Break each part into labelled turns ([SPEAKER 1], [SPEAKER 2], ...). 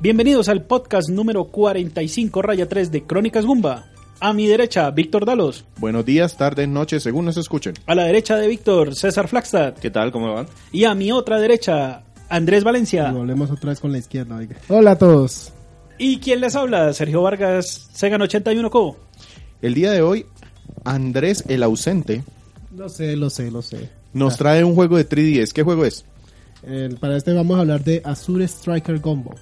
[SPEAKER 1] Bienvenidos al podcast número 45, raya 3 de Crónicas Gumba. A mi derecha, Víctor Dalos.
[SPEAKER 2] Buenos días, tardes, noches, según nos escuchen.
[SPEAKER 1] A la derecha de Víctor, César Flagstad.
[SPEAKER 3] ¿Qué tal? ¿Cómo van?
[SPEAKER 1] Y a mi otra derecha, Andrés Valencia.
[SPEAKER 4] Y volvemos otra vez con la izquierda, oiga. Hola a todos.
[SPEAKER 1] ¿Y quién les habla? Sergio Vargas, Segan 81 Co.
[SPEAKER 2] El día de hoy, Andrés el ausente
[SPEAKER 4] Lo sé, lo sé, lo sé.
[SPEAKER 3] Ah.
[SPEAKER 2] nos trae un juego de 3DS. ¿Qué juego es?
[SPEAKER 4] Eh, para este vamos a hablar de Azure Striker Gumball.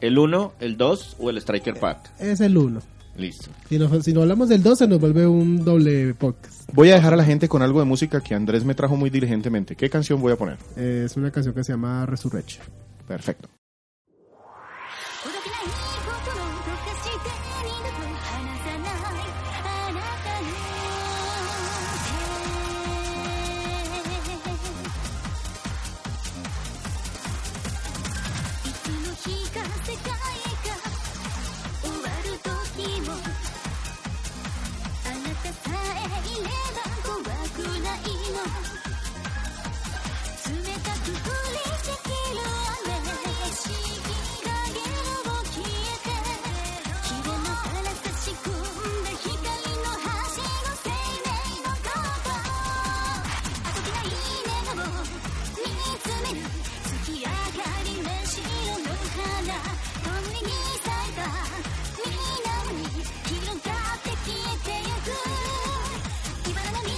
[SPEAKER 3] ¿El 1, el 2 o el Striker Pack?
[SPEAKER 4] Es el 1.
[SPEAKER 3] Listo.
[SPEAKER 4] Si no, si no hablamos del 2 se nos vuelve un doble podcast.
[SPEAKER 2] Voy a dejar a la gente con algo de música que Andrés me trajo muy diligentemente. ¿Qué canción voy a poner?
[SPEAKER 4] Eh, es una canción que se llama Resurrection.
[SPEAKER 2] Perfecto.
[SPEAKER 5] 動けない心をどかして二度と離さないあなたの手いつの日か世界が終わる時もあなたさえいれば怖くないの冷たく降りしきる雨四季がゲロを消えて綺麗なから差し込んだ光の端の生命のことあどけない笑顔見つめる月明かり真っ白の花鳥に咲いた水面に広がって消えてゆく茨の道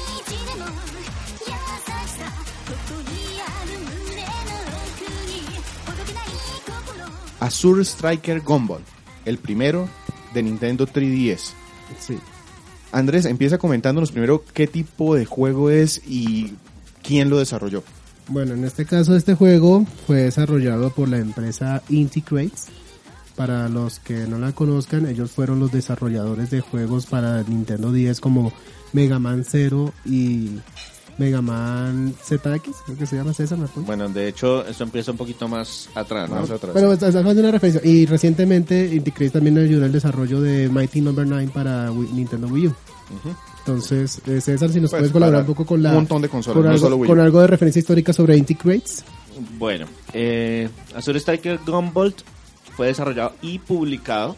[SPEAKER 5] でも優しさここにある胸の奥にほどけない心
[SPEAKER 2] Azure Striker Gumball, el primero de Nintendo 3DS.
[SPEAKER 4] Sí.
[SPEAKER 2] Andrés, empieza comentándonos primero qué tipo de juego es y quién lo desarrolló.
[SPEAKER 4] Bueno, en este caso este juego fue desarrollado por la empresa Inti Crates. Para los que no la conozcan, ellos fueron los desarrolladores de juegos para Nintendo 10 como Mega Man 0 y Mega Man ZX, creo que se llama César, ¿me apoyas?
[SPEAKER 3] Bueno, de hecho, esto empieza un poquito más atrás, ¿no?
[SPEAKER 2] Más atrás.
[SPEAKER 4] Bueno, estás haciendo una referencia. Y recientemente Inticris también ayudó en el desarrollo de Mighty Number 9 para Wii- Nintendo Wii U. Entonces, eh, César, si nos
[SPEAKER 2] Pues,
[SPEAKER 4] puedes colaborar un
[SPEAKER 2] para
[SPEAKER 4] poco con la...
[SPEAKER 2] un montón de consolas,
[SPEAKER 4] con
[SPEAKER 2] no
[SPEAKER 4] algo,
[SPEAKER 2] solo Wii U.
[SPEAKER 4] con algo de referencia histórica sobre Inticrates.
[SPEAKER 3] Bueno, eh, Azure Striker Gunvolt fue desarrollado y publicado.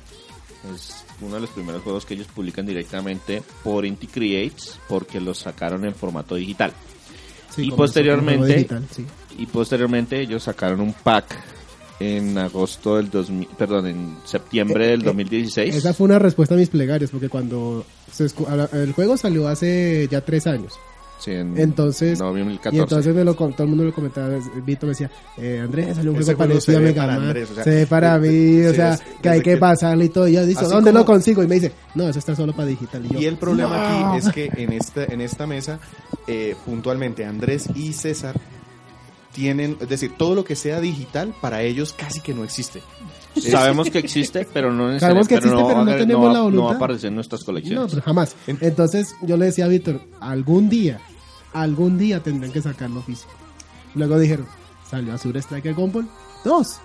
[SPEAKER 3] Es uno de los primeros juegos que ellos publican directamente por Inti Creates porque los sacaron en formato digital. Y posteriormente- Y posteriormente ellos sacaron un pack en agosto del 2000, perdón, en septiembre
[SPEAKER 4] Eh,
[SPEAKER 3] del
[SPEAKER 4] eh,
[SPEAKER 3] 2016.
[SPEAKER 4] Esa fue una respuesta a mis plegarias, porque cuando se escu- a la- el juego salió hace ya tres años.
[SPEAKER 3] Sí, en
[SPEAKER 4] Entonces,
[SPEAKER 3] noviembre del
[SPEAKER 4] y
[SPEAKER 3] 14.
[SPEAKER 4] entonces me lo, con- todo el mundo me lo comentaba, Vito me decía, eh, Andrés, salió un
[SPEAKER 2] Ese
[SPEAKER 4] juego
[SPEAKER 2] juego se
[SPEAKER 4] parecido a
[SPEAKER 2] ve
[SPEAKER 4] Mega
[SPEAKER 2] para
[SPEAKER 4] Man,
[SPEAKER 2] Andrés, o sea,
[SPEAKER 4] se ve para
[SPEAKER 2] eh,
[SPEAKER 4] mí, o
[SPEAKER 2] sí,
[SPEAKER 4] sea,
[SPEAKER 2] es-
[SPEAKER 4] que hay
[SPEAKER 2] desde
[SPEAKER 4] que
[SPEAKER 2] que-
[SPEAKER 4] pasarle y todo, y yo, listo,
[SPEAKER 2] Así
[SPEAKER 4] ¿dónde lo
[SPEAKER 2] como-
[SPEAKER 4] consigo? Y me dice, no, eso está solo para digital, y yo,
[SPEAKER 2] Y el problema
[SPEAKER 4] "No".
[SPEAKER 2] aquí es que en esta, en esta mesa, eh, puntualmente, Andrés y César tienen, es decir, todo lo que sea digital para ellos casi que no existe.
[SPEAKER 3] Sabemos que existe, pero no
[SPEAKER 4] Sabemos que existe, pero no
[SPEAKER 3] va-
[SPEAKER 4] tenemos
[SPEAKER 3] va-
[SPEAKER 4] la
[SPEAKER 3] no va
[SPEAKER 4] voluntad.
[SPEAKER 3] a aparecer en nuestras
[SPEAKER 4] No,
[SPEAKER 3] colecciones.
[SPEAKER 4] pero jamás. Entonces yo le decía a Víctor, algún día, algún día tendrán que sacarlo físico. Luego dijeron, salió Azure Striker Gumball 2,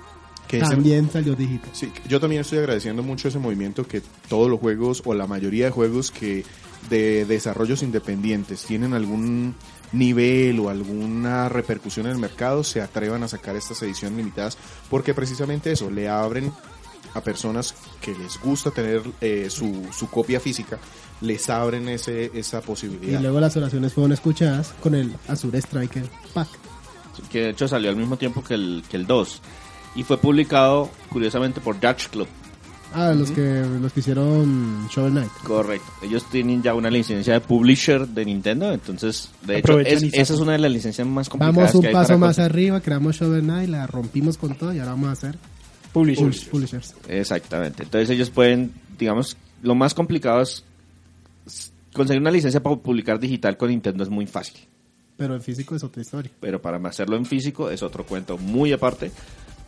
[SPEAKER 2] Que es el-
[SPEAKER 4] también salió digital.
[SPEAKER 2] Sí, yo también estoy agradeciendo mucho ese movimiento que todos los juegos o la mayoría de juegos que de desarrollos independientes tienen algún nivel o alguna repercusión en el mercado se atrevan a sacar estas ediciones limitadas porque precisamente eso le abren a personas que les gusta tener eh, su, su copia física les abren ese esa
[SPEAKER 4] Y
[SPEAKER 2] posibilidad
[SPEAKER 4] luego las oraciones fueron escuchadas con el Azure Striker Pack.
[SPEAKER 3] Que de hecho salió al mismo tiempo que el, que el 2. Y fue publicado, curiosamente, por Dutch Club.
[SPEAKER 4] Ah, los que los que hicieron Shovel Knight.
[SPEAKER 3] Correcto. Ellos tienen ya una licencia de publisher de Nintendo. Entonces, de hecho,
[SPEAKER 1] Aprovechan
[SPEAKER 3] es-
[SPEAKER 1] y sacan.
[SPEAKER 3] esa es una de las licencias más complicadas
[SPEAKER 4] Vamos un
[SPEAKER 3] que hay
[SPEAKER 4] paso
[SPEAKER 3] para
[SPEAKER 4] más
[SPEAKER 3] conseguir.
[SPEAKER 4] arriba, creamos Shovel Knight, la rompimos con todo y ahora vamos a hacer
[SPEAKER 1] Publishers.
[SPEAKER 4] Publishers.
[SPEAKER 3] Exactamente. Entonces ellos pueden, digamos, lo más complicado es Conseguir una licencia para publicar digital con Nintendo es muy fácil.
[SPEAKER 4] Pero el físico es otra historia.
[SPEAKER 3] pero para hacerlo en físico es otro cuento muy aparte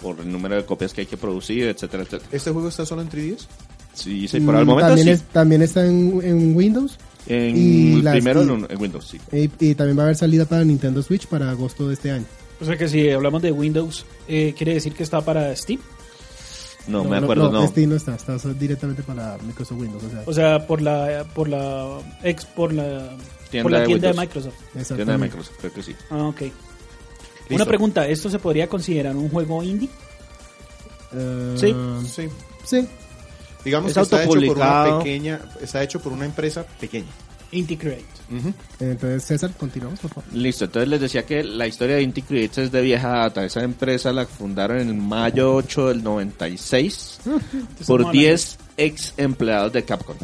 [SPEAKER 3] por el número de copias que hay que producir, etcétera, etcétera.
[SPEAKER 2] ¿Este juego está solo en 3DS?
[SPEAKER 3] Sí, sí, por el
[SPEAKER 4] Mm,
[SPEAKER 3] momento
[SPEAKER 4] también,
[SPEAKER 3] sí.
[SPEAKER 4] es- también está en, en Windows.
[SPEAKER 3] En
[SPEAKER 4] y las-
[SPEAKER 3] primero
[SPEAKER 4] y-
[SPEAKER 3] en, un- en Windows, sí.
[SPEAKER 4] Y, y también va a haber salida para Nintendo Switch para agosto de este año.
[SPEAKER 1] O sea que si hablamos de Windows, eh, ¿quiere decir que está para Steam?
[SPEAKER 3] No, me acuerdo, no.
[SPEAKER 4] Steam no este está, está directamente para Microsoft Windows. O sea,
[SPEAKER 1] O sea, por la por la ex por la
[SPEAKER 3] Tienda
[SPEAKER 1] por la
[SPEAKER 3] de
[SPEAKER 1] tienda de,
[SPEAKER 3] Windows.
[SPEAKER 1] Microsoft.
[SPEAKER 3] Tiene
[SPEAKER 4] exactamente.
[SPEAKER 3] de Microsoft, creo que sí.
[SPEAKER 1] Ah, ok. Una
[SPEAKER 3] Listo.
[SPEAKER 1] pregunta, ¿esto se podría considerar un juego indie?
[SPEAKER 4] Eh,
[SPEAKER 1] Sí.
[SPEAKER 2] Sí.
[SPEAKER 4] sí.
[SPEAKER 2] Digamos
[SPEAKER 3] Ah. Es
[SPEAKER 2] que está hecho por una
[SPEAKER 3] autopublicado.
[SPEAKER 2] pequeña, está hecho por una empresa pequeña.
[SPEAKER 1] Indie Create.
[SPEAKER 2] Ujú.
[SPEAKER 4] Entonces, César, continuamos, por favor.
[SPEAKER 3] Listo, entonces les decía que la historia de Inti Creates es de vieja data. Esa empresa la fundaron en mayo 8 del 96 por
[SPEAKER 1] mala.
[SPEAKER 3] 10 ex empleados de Capcom.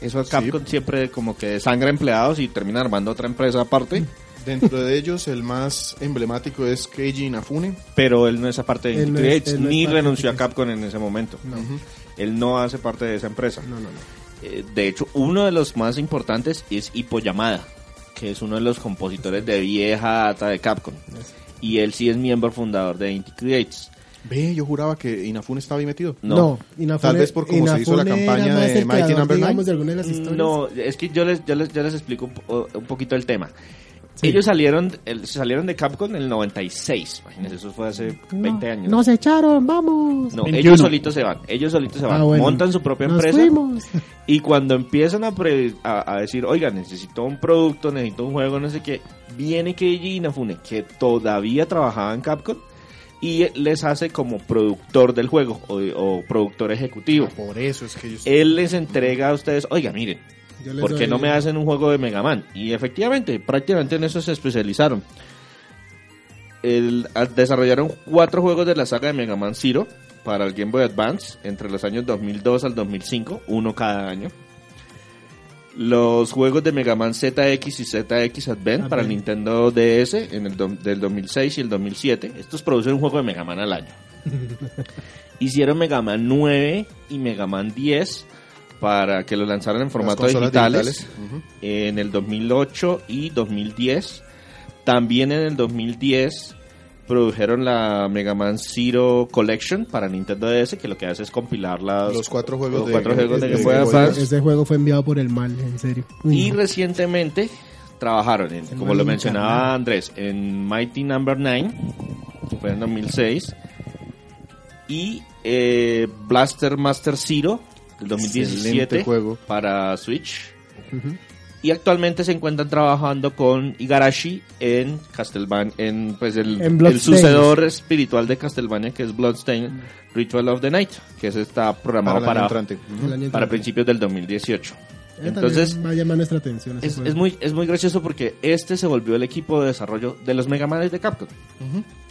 [SPEAKER 3] Eso Capcom siempre como que sangra empleados y termina armando otra empresa aparte,
[SPEAKER 2] Dentro de ellos, el más emblemático es Keiji Inafune.
[SPEAKER 3] pero él no es parte de
[SPEAKER 4] Él
[SPEAKER 3] Inti
[SPEAKER 4] no es-
[SPEAKER 3] Creates,
[SPEAKER 4] él no es
[SPEAKER 3] ni
[SPEAKER 4] parte de
[SPEAKER 3] renunció a
[SPEAKER 4] Inti Creates.
[SPEAKER 3] Capcom en ese momento.
[SPEAKER 2] Ujú.
[SPEAKER 3] Él no hace parte de esa empresa.
[SPEAKER 4] No, no, no.
[SPEAKER 3] Eh, de hecho, uno de los más importantes es Hippo Yamada, que es uno de los compositores de vieja data de Capcom. Y él sí es miembro fundador de Inti Creates.
[SPEAKER 2] Ve, yo juraba que Inafune estaba ahí metido.
[SPEAKER 3] No.
[SPEAKER 4] Inafune-
[SPEAKER 2] Tal vez por cómo se hizo la
[SPEAKER 4] Inafune era
[SPEAKER 2] campaña
[SPEAKER 4] más
[SPEAKER 2] de
[SPEAKER 4] el
[SPEAKER 2] Mighty
[SPEAKER 4] creador,
[SPEAKER 2] Number Nine.
[SPEAKER 4] digamos, de alguna de las historias.
[SPEAKER 3] Mm, No, es que yo les, yo les, yo les explico un, po- un poquito el tema. Ellos salieron, el- salieron de Capcom en el 96, imagínense, eso fue hace 20 años.
[SPEAKER 6] Nos echaron, vamos.
[SPEAKER 3] No,
[SPEAKER 1] 21.
[SPEAKER 3] ellos solitos se van, ellos solitos se van,
[SPEAKER 4] Ah, bueno.
[SPEAKER 3] montan su propia
[SPEAKER 6] Nos
[SPEAKER 3] empresa.
[SPEAKER 6] fuimos.
[SPEAKER 3] Y cuando empiezan a, pre- a, a decir, oiga, necesito un producto, necesito un juego, no sé qué, viene Keiji Inafune, que todavía trabajaba en Capcom, y les hace como productor del juego o, o productor ejecutivo.
[SPEAKER 2] Ah, Por eso es que ellos.
[SPEAKER 3] Él les entrega a ustedes, oiga, miren,
[SPEAKER 4] Yo les
[SPEAKER 3] ¿por qué
[SPEAKER 4] doy-
[SPEAKER 3] no me hacen un juego de Mega Man? Y efectivamente, prácticamente en eso se especializaron. El- a- desarrollaron cuatro juegos de la saga de Mega Man Zero para el Game Boy Advance entre los años 2002 al 2005, uno cada año. Los juegos de Mega Man ZX y ZX Advent para el Nintendo DS en el do- del 2006 y el 2007. Estos producen un juego de Mega Man al año. Hicieron Mega Man 9 y Mega Man 10 para que lo lanzaran en formato
[SPEAKER 2] consolas
[SPEAKER 3] digitales,
[SPEAKER 2] digitales. Ujú.
[SPEAKER 3] en el 2008 y 2010. También en el 2010 produjeron la Mega Man Zero Collection para Nintendo DS, que lo que hace es compilar las-
[SPEAKER 2] Los cuatro juegos
[SPEAKER 3] los
[SPEAKER 2] de-
[SPEAKER 3] cuatro juegos de
[SPEAKER 2] de-
[SPEAKER 3] Game
[SPEAKER 2] de
[SPEAKER 3] Boy
[SPEAKER 2] Game Boy
[SPEAKER 3] Advance.
[SPEAKER 4] Ese juego fue enviado por el mal, en serio. Uy,
[SPEAKER 3] Y
[SPEAKER 4] no.
[SPEAKER 3] recientemente trabajaron, en, como
[SPEAKER 4] mal
[SPEAKER 3] lo
[SPEAKER 4] encarnado.
[SPEAKER 3] mencionaba Andrés, en Mighty Number 9, que fue en 2006, y eh, Blaster Master Zero, del 2017,
[SPEAKER 2] Excelente juego.
[SPEAKER 3] para Switch. Y actualmente se encuentran trabajando con Igarashi en Castlevania, en, pues el,
[SPEAKER 4] En
[SPEAKER 3] el
[SPEAKER 4] Bloodstained.
[SPEAKER 3] sucedor espiritual de Castlevania, que es Bloodstained Ritual of the Night, que ese está
[SPEAKER 2] Para
[SPEAKER 3] programado
[SPEAKER 2] el año
[SPEAKER 3] para,
[SPEAKER 2] entrante.
[SPEAKER 4] El año
[SPEAKER 3] para
[SPEAKER 4] entrante.
[SPEAKER 3] principios del 2018.
[SPEAKER 4] Eh, también
[SPEAKER 3] Entonces,
[SPEAKER 4] va a llamar nuestra atención. ese
[SPEAKER 3] es,
[SPEAKER 4] juego.
[SPEAKER 3] es muy, es muy gracioso porque este se volvió el equipo de desarrollo de los Mega Manes de Capcom.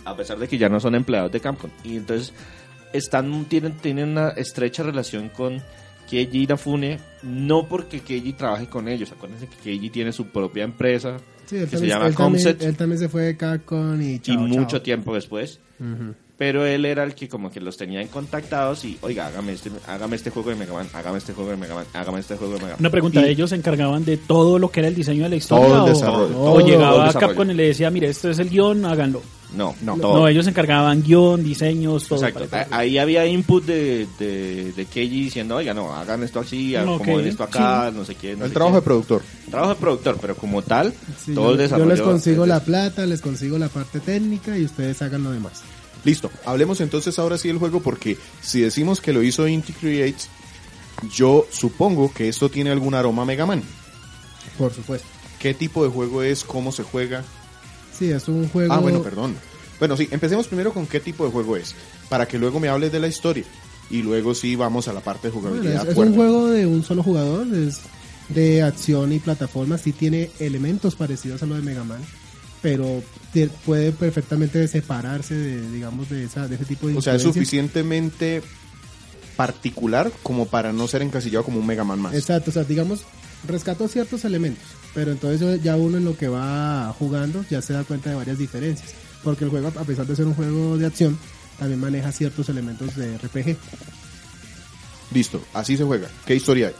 [SPEAKER 3] A pesar de que ya no son empleados de Capcom. Y entonces están, tienen, tienen una estrecha relación con Keiji Inafune. No porque Keiji trabaje con ellos. Acuérdense que Keiji tiene su propia empresa.
[SPEAKER 4] Sí,
[SPEAKER 3] que
[SPEAKER 4] él,
[SPEAKER 3] se
[SPEAKER 4] también,
[SPEAKER 3] llama
[SPEAKER 4] él, también,
[SPEAKER 3] Concept.
[SPEAKER 4] él también se fue de Capcom y chao,
[SPEAKER 3] y mucho
[SPEAKER 4] chao.
[SPEAKER 3] tiempo después.
[SPEAKER 4] Ujú.
[SPEAKER 3] Pero él era el que como que los tenía en contactados y, oiga, hágame este, hágame este juego de Mega Man, hágame este juego de Mega Man, hágame este juego de Mega Man.
[SPEAKER 1] Una pregunta,
[SPEAKER 3] Y-
[SPEAKER 1] ¿ellos se encargaban de todo lo que era el diseño de la historia?
[SPEAKER 2] Todo el
[SPEAKER 1] o-
[SPEAKER 2] desarrollo.
[SPEAKER 3] Todo,
[SPEAKER 1] O
[SPEAKER 3] todo el
[SPEAKER 1] llegaba
[SPEAKER 3] desarrollo.
[SPEAKER 1] Capcom y le decía, mire, esto es el guión, háganlo.
[SPEAKER 3] No, no, todo.
[SPEAKER 1] No, ellos se encargaban guión, diseños, todo.
[SPEAKER 3] Exacto,
[SPEAKER 1] para-
[SPEAKER 3] a- ahí había input de, de, de Keiji diciendo, oiga, no, hagan esto así, hagan
[SPEAKER 1] Ok,
[SPEAKER 3] como ven esto acá, no sé qué. no
[SPEAKER 2] El
[SPEAKER 3] sé
[SPEAKER 2] trabajo de
[SPEAKER 3] qué".
[SPEAKER 2] productor.
[SPEAKER 3] trabajo de productor, pero como tal,
[SPEAKER 4] Sí,
[SPEAKER 3] todo
[SPEAKER 4] yo,
[SPEAKER 3] el
[SPEAKER 4] yo
[SPEAKER 3] desarrollo.
[SPEAKER 4] les consigo
[SPEAKER 3] es-
[SPEAKER 4] la plata, les consigo la parte técnica y ustedes hagan lo demás.
[SPEAKER 2] Listo, hablemos entonces ahora sí del juego porque si decimos que lo hizo Inti Creates, yo supongo que esto tiene algún aroma a Mega Man.
[SPEAKER 4] Por supuesto.
[SPEAKER 2] ¿Qué tipo de juego es? ¿Cómo se juega?
[SPEAKER 4] Sí, es un juego.
[SPEAKER 2] Ah, bueno, perdón. Bueno, sí, empecemos primero con qué tipo de juego es, para que luego me hables de la historia y luego sí vamos a la parte de
[SPEAKER 4] Bueno,
[SPEAKER 2] jugabilidad.
[SPEAKER 4] es, es
[SPEAKER 2] fuerte.
[SPEAKER 4] un juego de un solo jugador, es de acción y plataforma. Sí tiene elementos parecidos a lo de Mega Man, pero te- puede perfectamente separarse de, digamos, de, esa, de ese tipo de.
[SPEAKER 2] O sea, es
[SPEAKER 4] influencias.
[SPEAKER 2] suficientemente particular como para no ser encasillado como un Mega Man más.
[SPEAKER 4] Exacto, o sea, digamos, rescató ciertos elementos, pero entonces ya uno en lo que va jugando ya se da cuenta de varias diferencias, porque el juego, a pesar de ser un juego de acción, también maneja ciertos elementos de RPG.
[SPEAKER 2] Listo, así se juega. ¿Qué historia hay?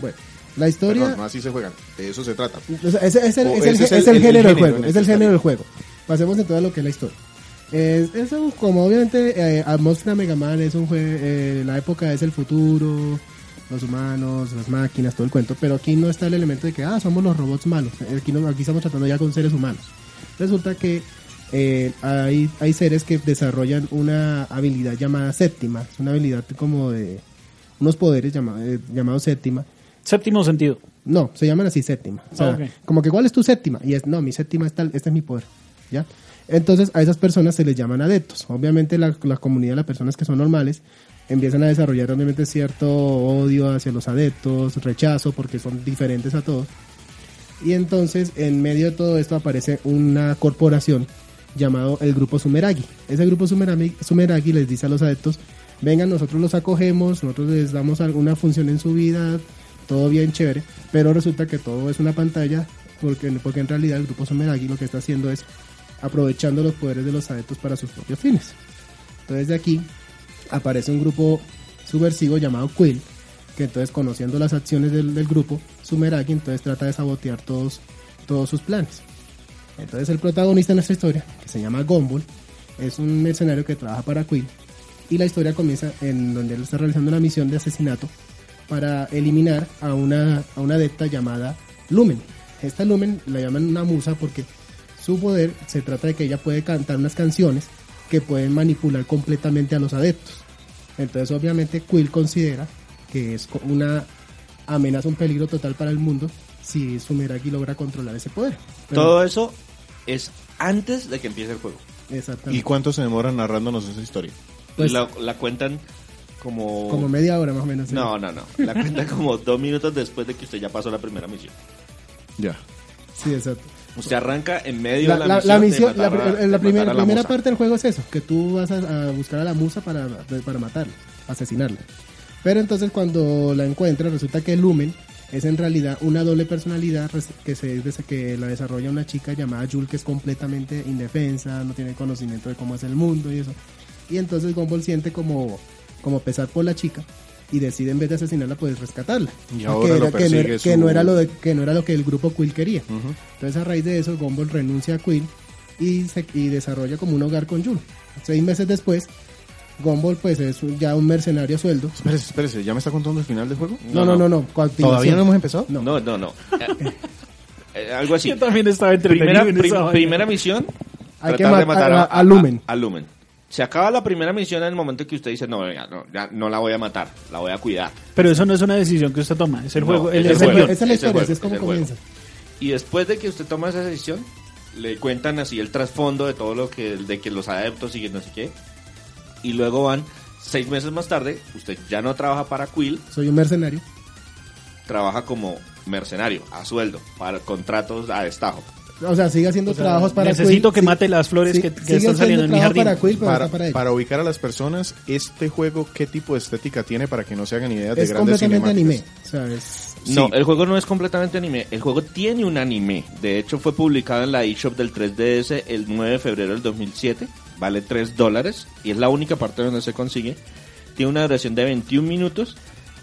[SPEAKER 4] Bueno, La historia...
[SPEAKER 2] Perdón, no así se juegan. De eso se trata.
[SPEAKER 4] O sea, ese, ese-
[SPEAKER 2] O
[SPEAKER 4] es el,
[SPEAKER 2] ese es
[SPEAKER 4] es
[SPEAKER 2] el-
[SPEAKER 4] el
[SPEAKER 2] el
[SPEAKER 4] género del
[SPEAKER 2] género en
[SPEAKER 4] juego.
[SPEAKER 2] el
[SPEAKER 4] Es el
[SPEAKER 2] que
[SPEAKER 4] género
[SPEAKER 2] está.
[SPEAKER 4] del juego. Pasemos en todo lo que es la historia. Es, es un- como obviamente eh, atmósfera Mega Man es un juego, la época es el futuro, los humanos, las máquinas, todo el cuento, pero aquí no está el elemento de que, ah, somos los robots malos, aquí, no- aquí estamos tratando ya con seres humanos. Resulta que eh, hay, hay seres que desarrollan una habilidad llamada séptima, es una habilidad como de unos poderes llama- eh, llamados séptima,
[SPEAKER 1] Séptimo sentido.
[SPEAKER 4] no, se llaman así séptima. O sea,
[SPEAKER 1] Ah, ok.
[SPEAKER 4] como que cuál es tu séptima. Y es, no, mi séptima es tal, este es mi poder. ¿Ya? Entonces a esas personas se les llaman adeptos. Obviamente la, la comunidad, las personas que son normales, empiezan a desarrollar obviamente cierto odio hacia los adeptos, rechazo, porque son diferentes a todos. Y entonces en medio de todo esto aparece una corporación llamado el Grupo Sumeragi. Ese Grupo Sumerami- Sumeragi les dice a los adeptos, vengan, nosotros los acogemos, nosotros les damos alguna función en su vida, todo bien chévere, pero resulta que todo es una pantalla porque, porque en realidad el Grupo Sumeragi lo que está haciendo es aprovechando los poderes de los adeptos para sus propios fines. Entonces de aquí aparece un grupo subversivo llamado Quill, que entonces conociendo las acciones del, del grupo, Sumeragi entonces trata de sabotear todos, todos sus planes. Entonces el protagonista de nuestra historia, que se llama Gumball, es un mercenario que trabaja para Quill y la historia comienza en donde él está realizando una misión de asesinato para eliminar a una, a una adepta llamada Lumen. Esta Lumen la llaman una musa porque su poder se trata de que ella puede cantar unas canciones que pueden manipular completamente a los adeptos. Entonces, obviamente, Quill considera que es co- una amenaza, un peligro total para el mundo si Sumeragi logra controlar ese poder. Pero-
[SPEAKER 3] Todo eso es antes de que empiece el juego.
[SPEAKER 2] ¿Y
[SPEAKER 4] Exactamente.
[SPEAKER 2] cuánto se demoran narrándonos esa historia?
[SPEAKER 4] Pues-
[SPEAKER 3] la, la cuentan como...
[SPEAKER 4] Como media hora más o menos. ¿sí?
[SPEAKER 3] no, no, no. La cuentan como dos minutos después de que usted ya pasó la primera misión.
[SPEAKER 2] Ya.
[SPEAKER 4] Sí, exacto.
[SPEAKER 3] Usted arranca en medio
[SPEAKER 4] La,
[SPEAKER 3] de
[SPEAKER 4] la-
[SPEAKER 3] la,
[SPEAKER 4] la
[SPEAKER 3] misión.
[SPEAKER 4] misión,
[SPEAKER 3] de
[SPEAKER 4] la,
[SPEAKER 3] matar a-
[SPEAKER 4] la
[SPEAKER 3] de matar
[SPEAKER 4] primera,
[SPEAKER 3] a la
[SPEAKER 4] primera
[SPEAKER 3] moza.
[SPEAKER 4] parte del juego es eso, que tú vas a, a buscar a la musa para, para matarla, asesinarla. Pero entonces cuando la encuentras resulta que Lumen es en realidad una doble personalidad res- que se des- que la desarrolla una chica llamada Jul que es completamente indefensa, no tiene conocimiento de cómo es el mundo y eso. Y entonces Gumball siente como, como pesar por la chica y decide en vez de asesinarla pues rescatarla.
[SPEAKER 2] Y
[SPEAKER 4] Que
[SPEAKER 2] ahora lo
[SPEAKER 4] era- que, no era,
[SPEAKER 2] persigue
[SPEAKER 4] que no
[SPEAKER 2] su-
[SPEAKER 4] era lo de- que no era lo que el grupo Quill quería.
[SPEAKER 2] Ujú.
[SPEAKER 4] Entonces a raíz de eso, Gumball renuncia a Quill y, se, y desarrolla como un hogar con Jul. Seis meses después, Gumball pues es un- ya un mercenario a sueldo.
[SPEAKER 2] Espérese, espérese, ¿ya me está contando el final del juego?
[SPEAKER 4] No, no, no, no. continuación.
[SPEAKER 2] ¿Todavía no hemos empezado?
[SPEAKER 4] No.
[SPEAKER 3] No, no, no. Eh, eh, algo así.
[SPEAKER 1] Yo también estaba entretenido
[SPEAKER 3] Primera,
[SPEAKER 1] en
[SPEAKER 3] prim-
[SPEAKER 1] esa vaina.
[SPEAKER 3] primera misión.
[SPEAKER 4] Hay
[SPEAKER 3] tratar
[SPEAKER 4] que mat-
[SPEAKER 3] de matar
[SPEAKER 4] a- a Lumen.
[SPEAKER 3] a Lumen. Se acaba la primera misión en el momento que usted dice, no, venga, no, ya no la voy a matar, la voy a cuidar.
[SPEAKER 1] Pero eso no es una decisión que usted toma, es el
[SPEAKER 3] No,
[SPEAKER 1] juego,
[SPEAKER 3] es
[SPEAKER 1] el,
[SPEAKER 3] el
[SPEAKER 1] es el
[SPEAKER 3] juego.
[SPEAKER 1] guión.
[SPEAKER 4] Esa es la
[SPEAKER 3] es el
[SPEAKER 4] historia,
[SPEAKER 3] juego,
[SPEAKER 4] así es como
[SPEAKER 3] es el
[SPEAKER 4] comienza.
[SPEAKER 3] Y después de que usted toma esa decisión, le cuentan así el trasfondo de todo lo que, de que los adeptos y que no sé qué. Y luego van, seis meses más tarde, usted ya no trabaja para Quill,
[SPEAKER 4] Soy un mercenario.
[SPEAKER 3] trabaja como mercenario, a sueldo, para contratos a destajo.
[SPEAKER 4] O sea, sigue haciendo trabajos para
[SPEAKER 1] necesito
[SPEAKER 4] Quill.
[SPEAKER 1] que
[SPEAKER 4] Sí,
[SPEAKER 1] mate las flores
[SPEAKER 4] sí,
[SPEAKER 1] que- que
[SPEAKER 4] sigue
[SPEAKER 1] están saliendo
[SPEAKER 4] haciendo
[SPEAKER 1] en mi
[SPEAKER 4] trabajo
[SPEAKER 1] jardín.
[SPEAKER 4] Para Quill, pero
[SPEAKER 2] Para,
[SPEAKER 4] está para ella.
[SPEAKER 2] para ubicar a las personas, este juego, ¿qué tipo de estética tiene para que no se hagan ideas de
[SPEAKER 4] es
[SPEAKER 2] grandes
[SPEAKER 4] completamente anime.
[SPEAKER 2] cinemáticas?
[SPEAKER 4] O sea, es-
[SPEAKER 3] No,
[SPEAKER 2] Sí.
[SPEAKER 3] el juego no es completamente anime. El juego tiene un anime. De hecho, fue publicado en la eShop del 3DS el 9 de febrero del 2007. Vale 3 dólares y es la única parte donde se consigue. Tiene una duración de 21 minutos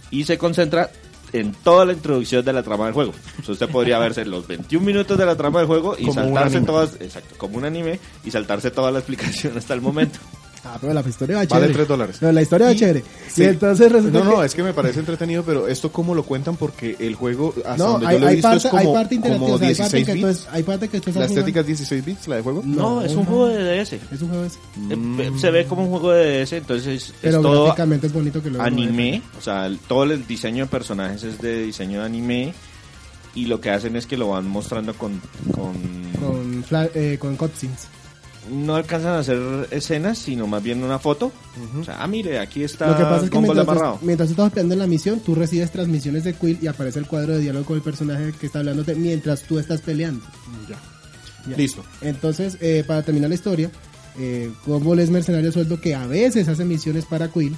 [SPEAKER 3] y se concentra en toda la introducción de la trama del juego. O sea, usted podría verse los 21 minutos de la trama del juego y
[SPEAKER 2] Como un
[SPEAKER 3] saltarse
[SPEAKER 2] anime.
[SPEAKER 3] todas, exacto, como un anime y saltarse toda la explicación hasta el momento.
[SPEAKER 4] Ah, pero la historia va
[SPEAKER 2] Vale
[SPEAKER 4] chévere.
[SPEAKER 2] tres dólares.
[SPEAKER 4] No, la historia va
[SPEAKER 2] Y-
[SPEAKER 4] chévere.
[SPEAKER 2] sí.
[SPEAKER 4] Y entonces resulta
[SPEAKER 2] No,
[SPEAKER 4] que-
[SPEAKER 2] no, es que me parece entretenido, pero esto cómo lo cuentan porque el juego, hasta
[SPEAKER 4] No,
[SPEAKER 2] donde
[SPEAKER 4] hay,
[SPEAKER 2] yo lo he
[SPEAKER 4] hay
[SPEAKER 2] visto,
[SPEAKER 4] parte,
[SPEAKER 2] es como,
[SPEAKER 4] hay parte interactiva.
[SPEAKER 2] como
[SPEAKER 4] o sea, hay
[SPEAKER 2] 16
[SPEAKER 4] parte que
[SPEAKER 2] bits.
[SPEAKER 4] tú es- hay parte que tú estás
[SPEAKER 2] ¿La
[SPEAKER 4] jugando-
[SPEAKER 2] estética es 16 bits, la de juego?
[SPEAKER 3] No, es un juego de DS.
[SPEAKER 4] Es un juego ese.
[SPEAKER 3] Eh, Se ve como un juego de DS, entonces
[SPEAKER 4] Pero
[SPEAKER 3] es todo
[SPEAKER 4] gráficamente es bonito que lo
[SPEAKER 3] anime, o sea, el- todo el diseño de personajes es de diseño de anime y lo que hacen es que lo van mostrando con, con-
[SPEAKER 4] con, fla- eh, con cutscenes.
[SPEAKER 3] no alcanzan a hacer escenas, sino más bien una foto. O sea, ah, mire, aquí está
[SPEAKER 4] Lo que pasa es que
[SPEAKER 3] Gumball
[SPEAKER 4] mientras,
[SPEAKER 3] amarrado.
[SPEAKER 4] mientras tú estás esperando en la misión, tú recibes transmisiones de Quill y aparece el cuadro de diálogo con el personaje que está hablándote mientras tú estás peleando. Ya.
[SPEAKER 2] Listo.
[SPEAKER 4] Entonces, eh, para terminar la historia, eh, Gumball es mercenario a sueldo que a veces hace misiones para Quill.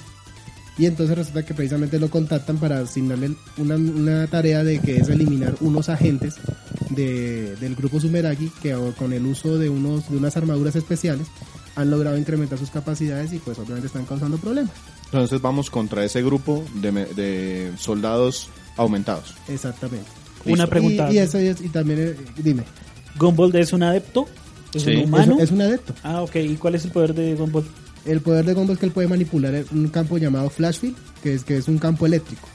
[SPEAKER 4] Y entonces resulta que precisamente lo contactan para asignarle una, una tarea de que es eliminar unos agentes de- del grupo Sumeragi que o- con el uso de, unos, de unas armaduras especiales han logrado incrementar sus capacidades y pues obviamente están causando problemas.
[SPEAKER 2] Entonces vamos contra ese grupo de, me- de soldados aumentados.
[SPEAKER 4] Exactamente.
[SPEAKER 1] Una
[SPEAKER 2] Listo.
[SPEAKER 1] pregunta.
[SPEAKER 4] Y, y eso es- y también, eh, dime,
[SPEAKER 1] ¿Gombold es un adepto? ¿Es
[SPEAKER 3] Sí.
[SPEAKER 1] un humano?
[SPEAKER 4] es, es un adepto.
[SPEAKER 1] Ah, ok. ¿Y cuál es el poder de Gombold?
[SPEAKER 4] El poder de Gombo es que él puede manipular un campo llamado Flashfield, que es, que es un campo eléctrico.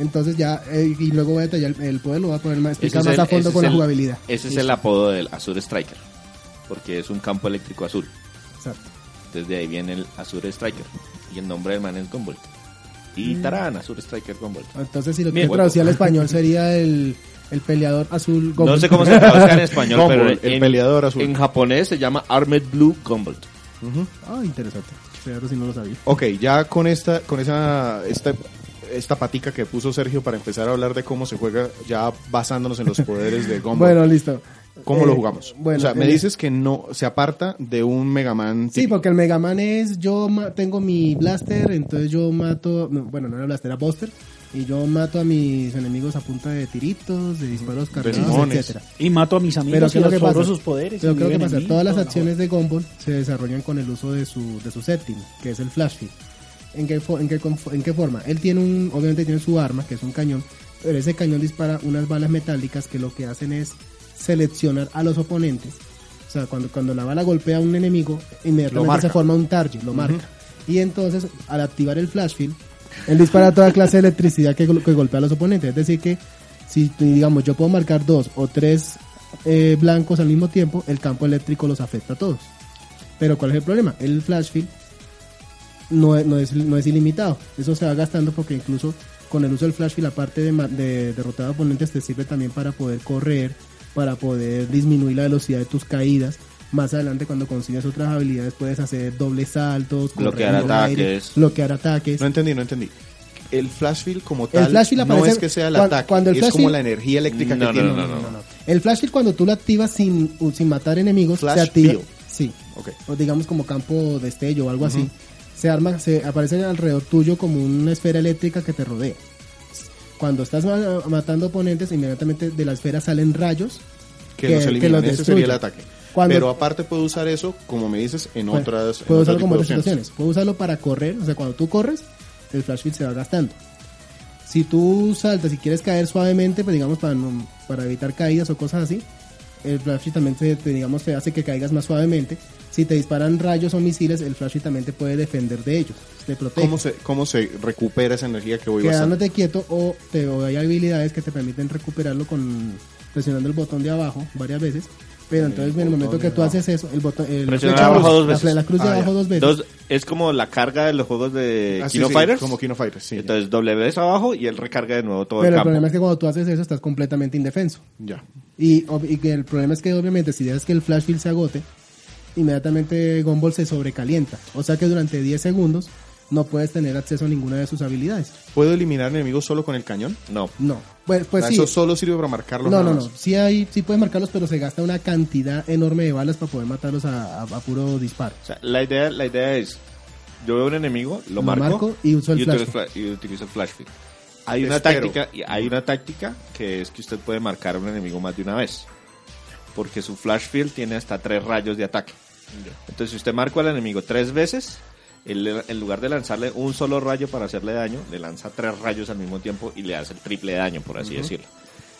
[SPEAKER 4] Entonces ya, eh, y luego voy a detallar el poder, lo voy a poner más,
[SPEAKER 3] Ese
[SPEAKER 4] explicar
[SPEAKER 3] es
[SPEAKER 4] más
[SPEAKER 3] el-
[SPEAKER 4] a fondo
[SPEAKER 3] ese
[SPEAKER 4] con
[SPEAKER 3] es
[SPEAKER 4] la
[SPEAKER 3] el-
[SPEAKER 4] jugabilidad.
[SPEAKER 3] Ese es
[SPEAKER 4] Listo.
[SPEAKER 3] el apodo del Azure Striker, porque es un campo eléctrico azul.
[SPEAKER 4] Exacto.
[SPEAKER 3] Entonces de ahí viene el Azure Striker. Y el nombre del man es Gumbolt. Y
[SPEAKER 4] Mm.
[SPEAKER 3] tarán, Azure Striker Gumbolt.
[SPEAKER 4] Entonces si lo
[SPEAKER 3] Bien.
[SPEAKER 4] quiero traducir al español sería el, el peleador azul Gombo.
[SPEAKER 3] No sé cómo se traduce en español,
[SPEAKER 2] Gumball,
[SPEAKER 3] pero
[SPEAKER 2] el
[SPEAKER 3] en,
[SPEAKER 2] peleador azul.
[SPEAKER 3] en japonés se llama Armed Blue Gumbolt.
[SPEAKER 4] Ah, interesante. Pero si no lo sabía.
[SPEAKER 2] Ok, ya con esta, con esa, esta, esta patica que puso Sergio para empezar a hablar de cómo se juega, ya basándonos en los poderes de Gumball.
[SPEAKER 4] Bueno, listo.
[SPEAKER 2] ¿Cómo
[SPEAKER 4] Eh,
[SPEAKER 2] lo jugamos?
[SPEAKER 4] Bueno,
[SPEAKER 2] o sea, me
[SPEAKER 4] eh,
[SPEAKER 2] dices que no se aparta de un Mega Man.
[SPEAKER 4] Sí,
[SPEAKER 2] típico.
[SPEAKER 4] porque el Mega Man es, yo ma- tengo mi blaster, entonces yo mato, no, bueno, no era blaster, era buster, y yo mato a mis enemigos a punta de tiritos, de disparos cargados,
[SPEAKER 2] limones.
[SPEAKER 4] etcétera.
[SPEAKER 1] Y mato a mis amigos
[SPEAKER 4] Pero
[SPEAKER 1] Pues y
[SPEAKER 4] creo
[SPEAKER 1] los
[SPEAKER 4] que pasa,
[SPEAKER 1] borro sus poderes.
[SPEAKER 4] pero
[SPEAKER 1] y
[SPEAKER 4] creo que
[SPEAKER 1] viven en
[SPEAKER 4] pasa,
[SPEAKER 1] mí,
[SPEAKER 4] todas las
[SPEAKER 1] toda la
[SPEAKER 4] acciones de Gumball se desarrollan con el uso de su, de su setting, que es el flash feed. ¿En qué, fo- en, qué, conf- ¿En qué forma? Él tiene un, obviamente tiene su arma, que es un cañón, pero ese cañón dispara unas balas metálicas que lo que hacen es seleccionar a los oponentes. O sea, cuando, cuando la bala golpea a un enemigo,
[SPEAKER 2] Lo
[SPEAKER 4] inmediatamente
[SPEAKER 2] marca.
[SPEAKER 4] se forma un target, lo marca. Y entonces, al activar el flash field, él dispara toda clase de electricidad que, gol- que golpea a los oponentes. Es decir, que si, digamos, yo puedo marcar dos o tres eh, blancos al mismo tiempo, el campo eléctrico los afecta a todos. Pero ¿cuál es el problema? El flash field no, es- no, es, no es ilimitado. Eso se va gastando porque incluso con el uso del flash field, aparte de, ma- de derrotar a oponentes, te sirve también para poder correr, para poder disminuir la velocidad de tus caídas. Más adelante, cuando consigues otras habilidades, puedes hacer dobles saltos, correr
[SPEAKER 3] Bloquear
[SPEAKER 4] en el aire,
[SPEAKER 3] ataques.
[SPEAKER 4] bloquear ataques.
[SPEAKER 2] No entendí, no entendí. El Flash Field como tal
[SPEAKER 4] flash field
[SPEAKER 2] no
[SPEAKER 4] aparece
[SPEAKER 2] es que sea el
[SPEAKER 4] cuan-
[SPEAKER 2] ataque,
[SPEAKER 4] cuando el
[SPEAKER 2] es
[SPEAKER 4] flash
[SPEAKER 2] como
[SPEAKER 4] field-
[SPEAKER 2] la energía eléctrica que
[SPEAKER 3] No, no,
[SPEAKER 2] tiene.
[SPEAKER 3] no, no, no.
[SPEAKER 4] El flash field, cuando tú lo activas sin, sin matar enemigos,
[SPEAKER 2] Flash
[SPEAKER 4] se activa.
[SPEAKER 2] field.
[SPEAKER 4] Sí,
[SPEAKER 2] Ok.
[SPEAKER 4] o digamos como campo de estello o algo así, se arma, se aparece alrededor tuyo como una esfera eléctrica que te rodea. Cuando estás ma- matando oponentes, inmediatamente de la esfera salen rayos.
[SPEAKER 2] Que,
[SPEAKER 4] que-
[SPEAKER 2] los
[SPEAKER 4] que
[SPEAKER 2] eliminan,
[SPEAKER 4] los
[SPEAKER 2] ese sería el
[SPEAKER 4] destruye.
[SPEAKER 2] ataque.
[SPEAKER 4] Cuando-
[SPEAKER 2] Pero aparte puedo usar eso, como me dices, en
[SPEAKER 4] Puedo-
[SPEAKER 2] otras, en
[SPEAKER 4] puedo
[SPEAKER 2] otro
[SPEAKER 4] usarlo
[SPEAKER 2] tipo
[SPEAKER 4] como
[SPEAKER 2] de
[SPEAKER 4] otras situaciones. Puedo usarlo para correr, o sea, cuando tú corres, el flash field se va gastando. Si tú saltas y quieres caer suavemente, pues digamos para, no- para evitar caídas o cosas así, el flash field también se, te, digamos, te hace que caigas más suavemente. Si te disparan rayos o misiles, el flash field también te puede defender de ellos, te protege.
[SPEAKER 2] ¿Cómo se, ¿Cómo se recupera esa energía que voy gastando?
[SPEAKER 4] quedándote quieto o te o hay habilidades que te permiten recuperarlo con presionando el botón de abajo varias veces. Pero entonces en el momento que tú haces eso, el botón el- la
[SPEAKER 3] Presionar
[SPEAKER 4] flecha
[SPEAKER 3] abajo
[SPEAKER 4] cruz-
[SPEAKER 3] dos veces.
[SPEAKER 4] La, fle- la cruz de
[SPEAKER 2] Ah,
[SPEAKER 4] abajo
[SPEAKER 2] ya.
[SPEAKER 4] dos veces.
[SPEAKER 3] Dos, es como la carga de los juegos de
[SPEAKER 2] Ah, sí,
[SPEAKER 3] Kino
[SPEAKER 2] sí,
[SPEAKER 3] Fighters.
[SPEAKER 2] Como Kino Fighters, sí.
[SPEAKER 3] Entonces W es abajo y él recarga de nuevo todo
[SPEAKER 4] pero el,
[SPEAKER 3] el campo.
[SPEAKER 4] problema es que cuando tú haces eso estás completamente indefenso.
[SPEAKER 2] ya.
[SPEAKER 4] Y, ob- y que el problema es que obviamente si dejas que el flash field se agote, inmediatamente Gumball se sobrecalienta. O sea que durante 10 segundos no puedes tener acceso a ninguna de sus habilidades.
[SPEAKER 2] ¿Puedo eliminar enemigos solo con el cañón?
[SPEAKER 3] No.
[SPEAKER 4] No. Pues, pues
[SPEAKER 2] Ah,
[SPEAKER 4] sí.
[SPEAKER 2] Eso solo sirve para marcarlos.
[SPEAKER 4] No,
[SPEAKER 2] nada
[SPEAKER 4] no,
[SPEAKER 2] más.
[SPEAKER 4] no. Sí, hay, sí puedes marcarlos, pero se gasta una cantidad enorme de balas para poder matarlos a, a- a puro disparo.
[SPEAKER 3] O sea, la idea, la idea es, yo veo un enemigo, lo,
[SPEAKER 4] Lo marco y uso el
[SPEAKER 3] utilizo
[SPEAKER 4] flash.
[SPEAKER 3] fla- y utilizo el flash feed. Hay una
[SPEAKER 2] Espero.
[SPEAKER 3] táctica, y hay una táctica que es que usted puede marcar a un enemigo más de una vez. Porque su flash field tiene hasta tres rayos de ataque. Entonces, si usted marca al enemigo tres veces, él, en lugar de lanzarle un solo rayo para hacerle daño, le lanza tres rayos al mismo tiempo y le hace el triple daño, por así decirlo.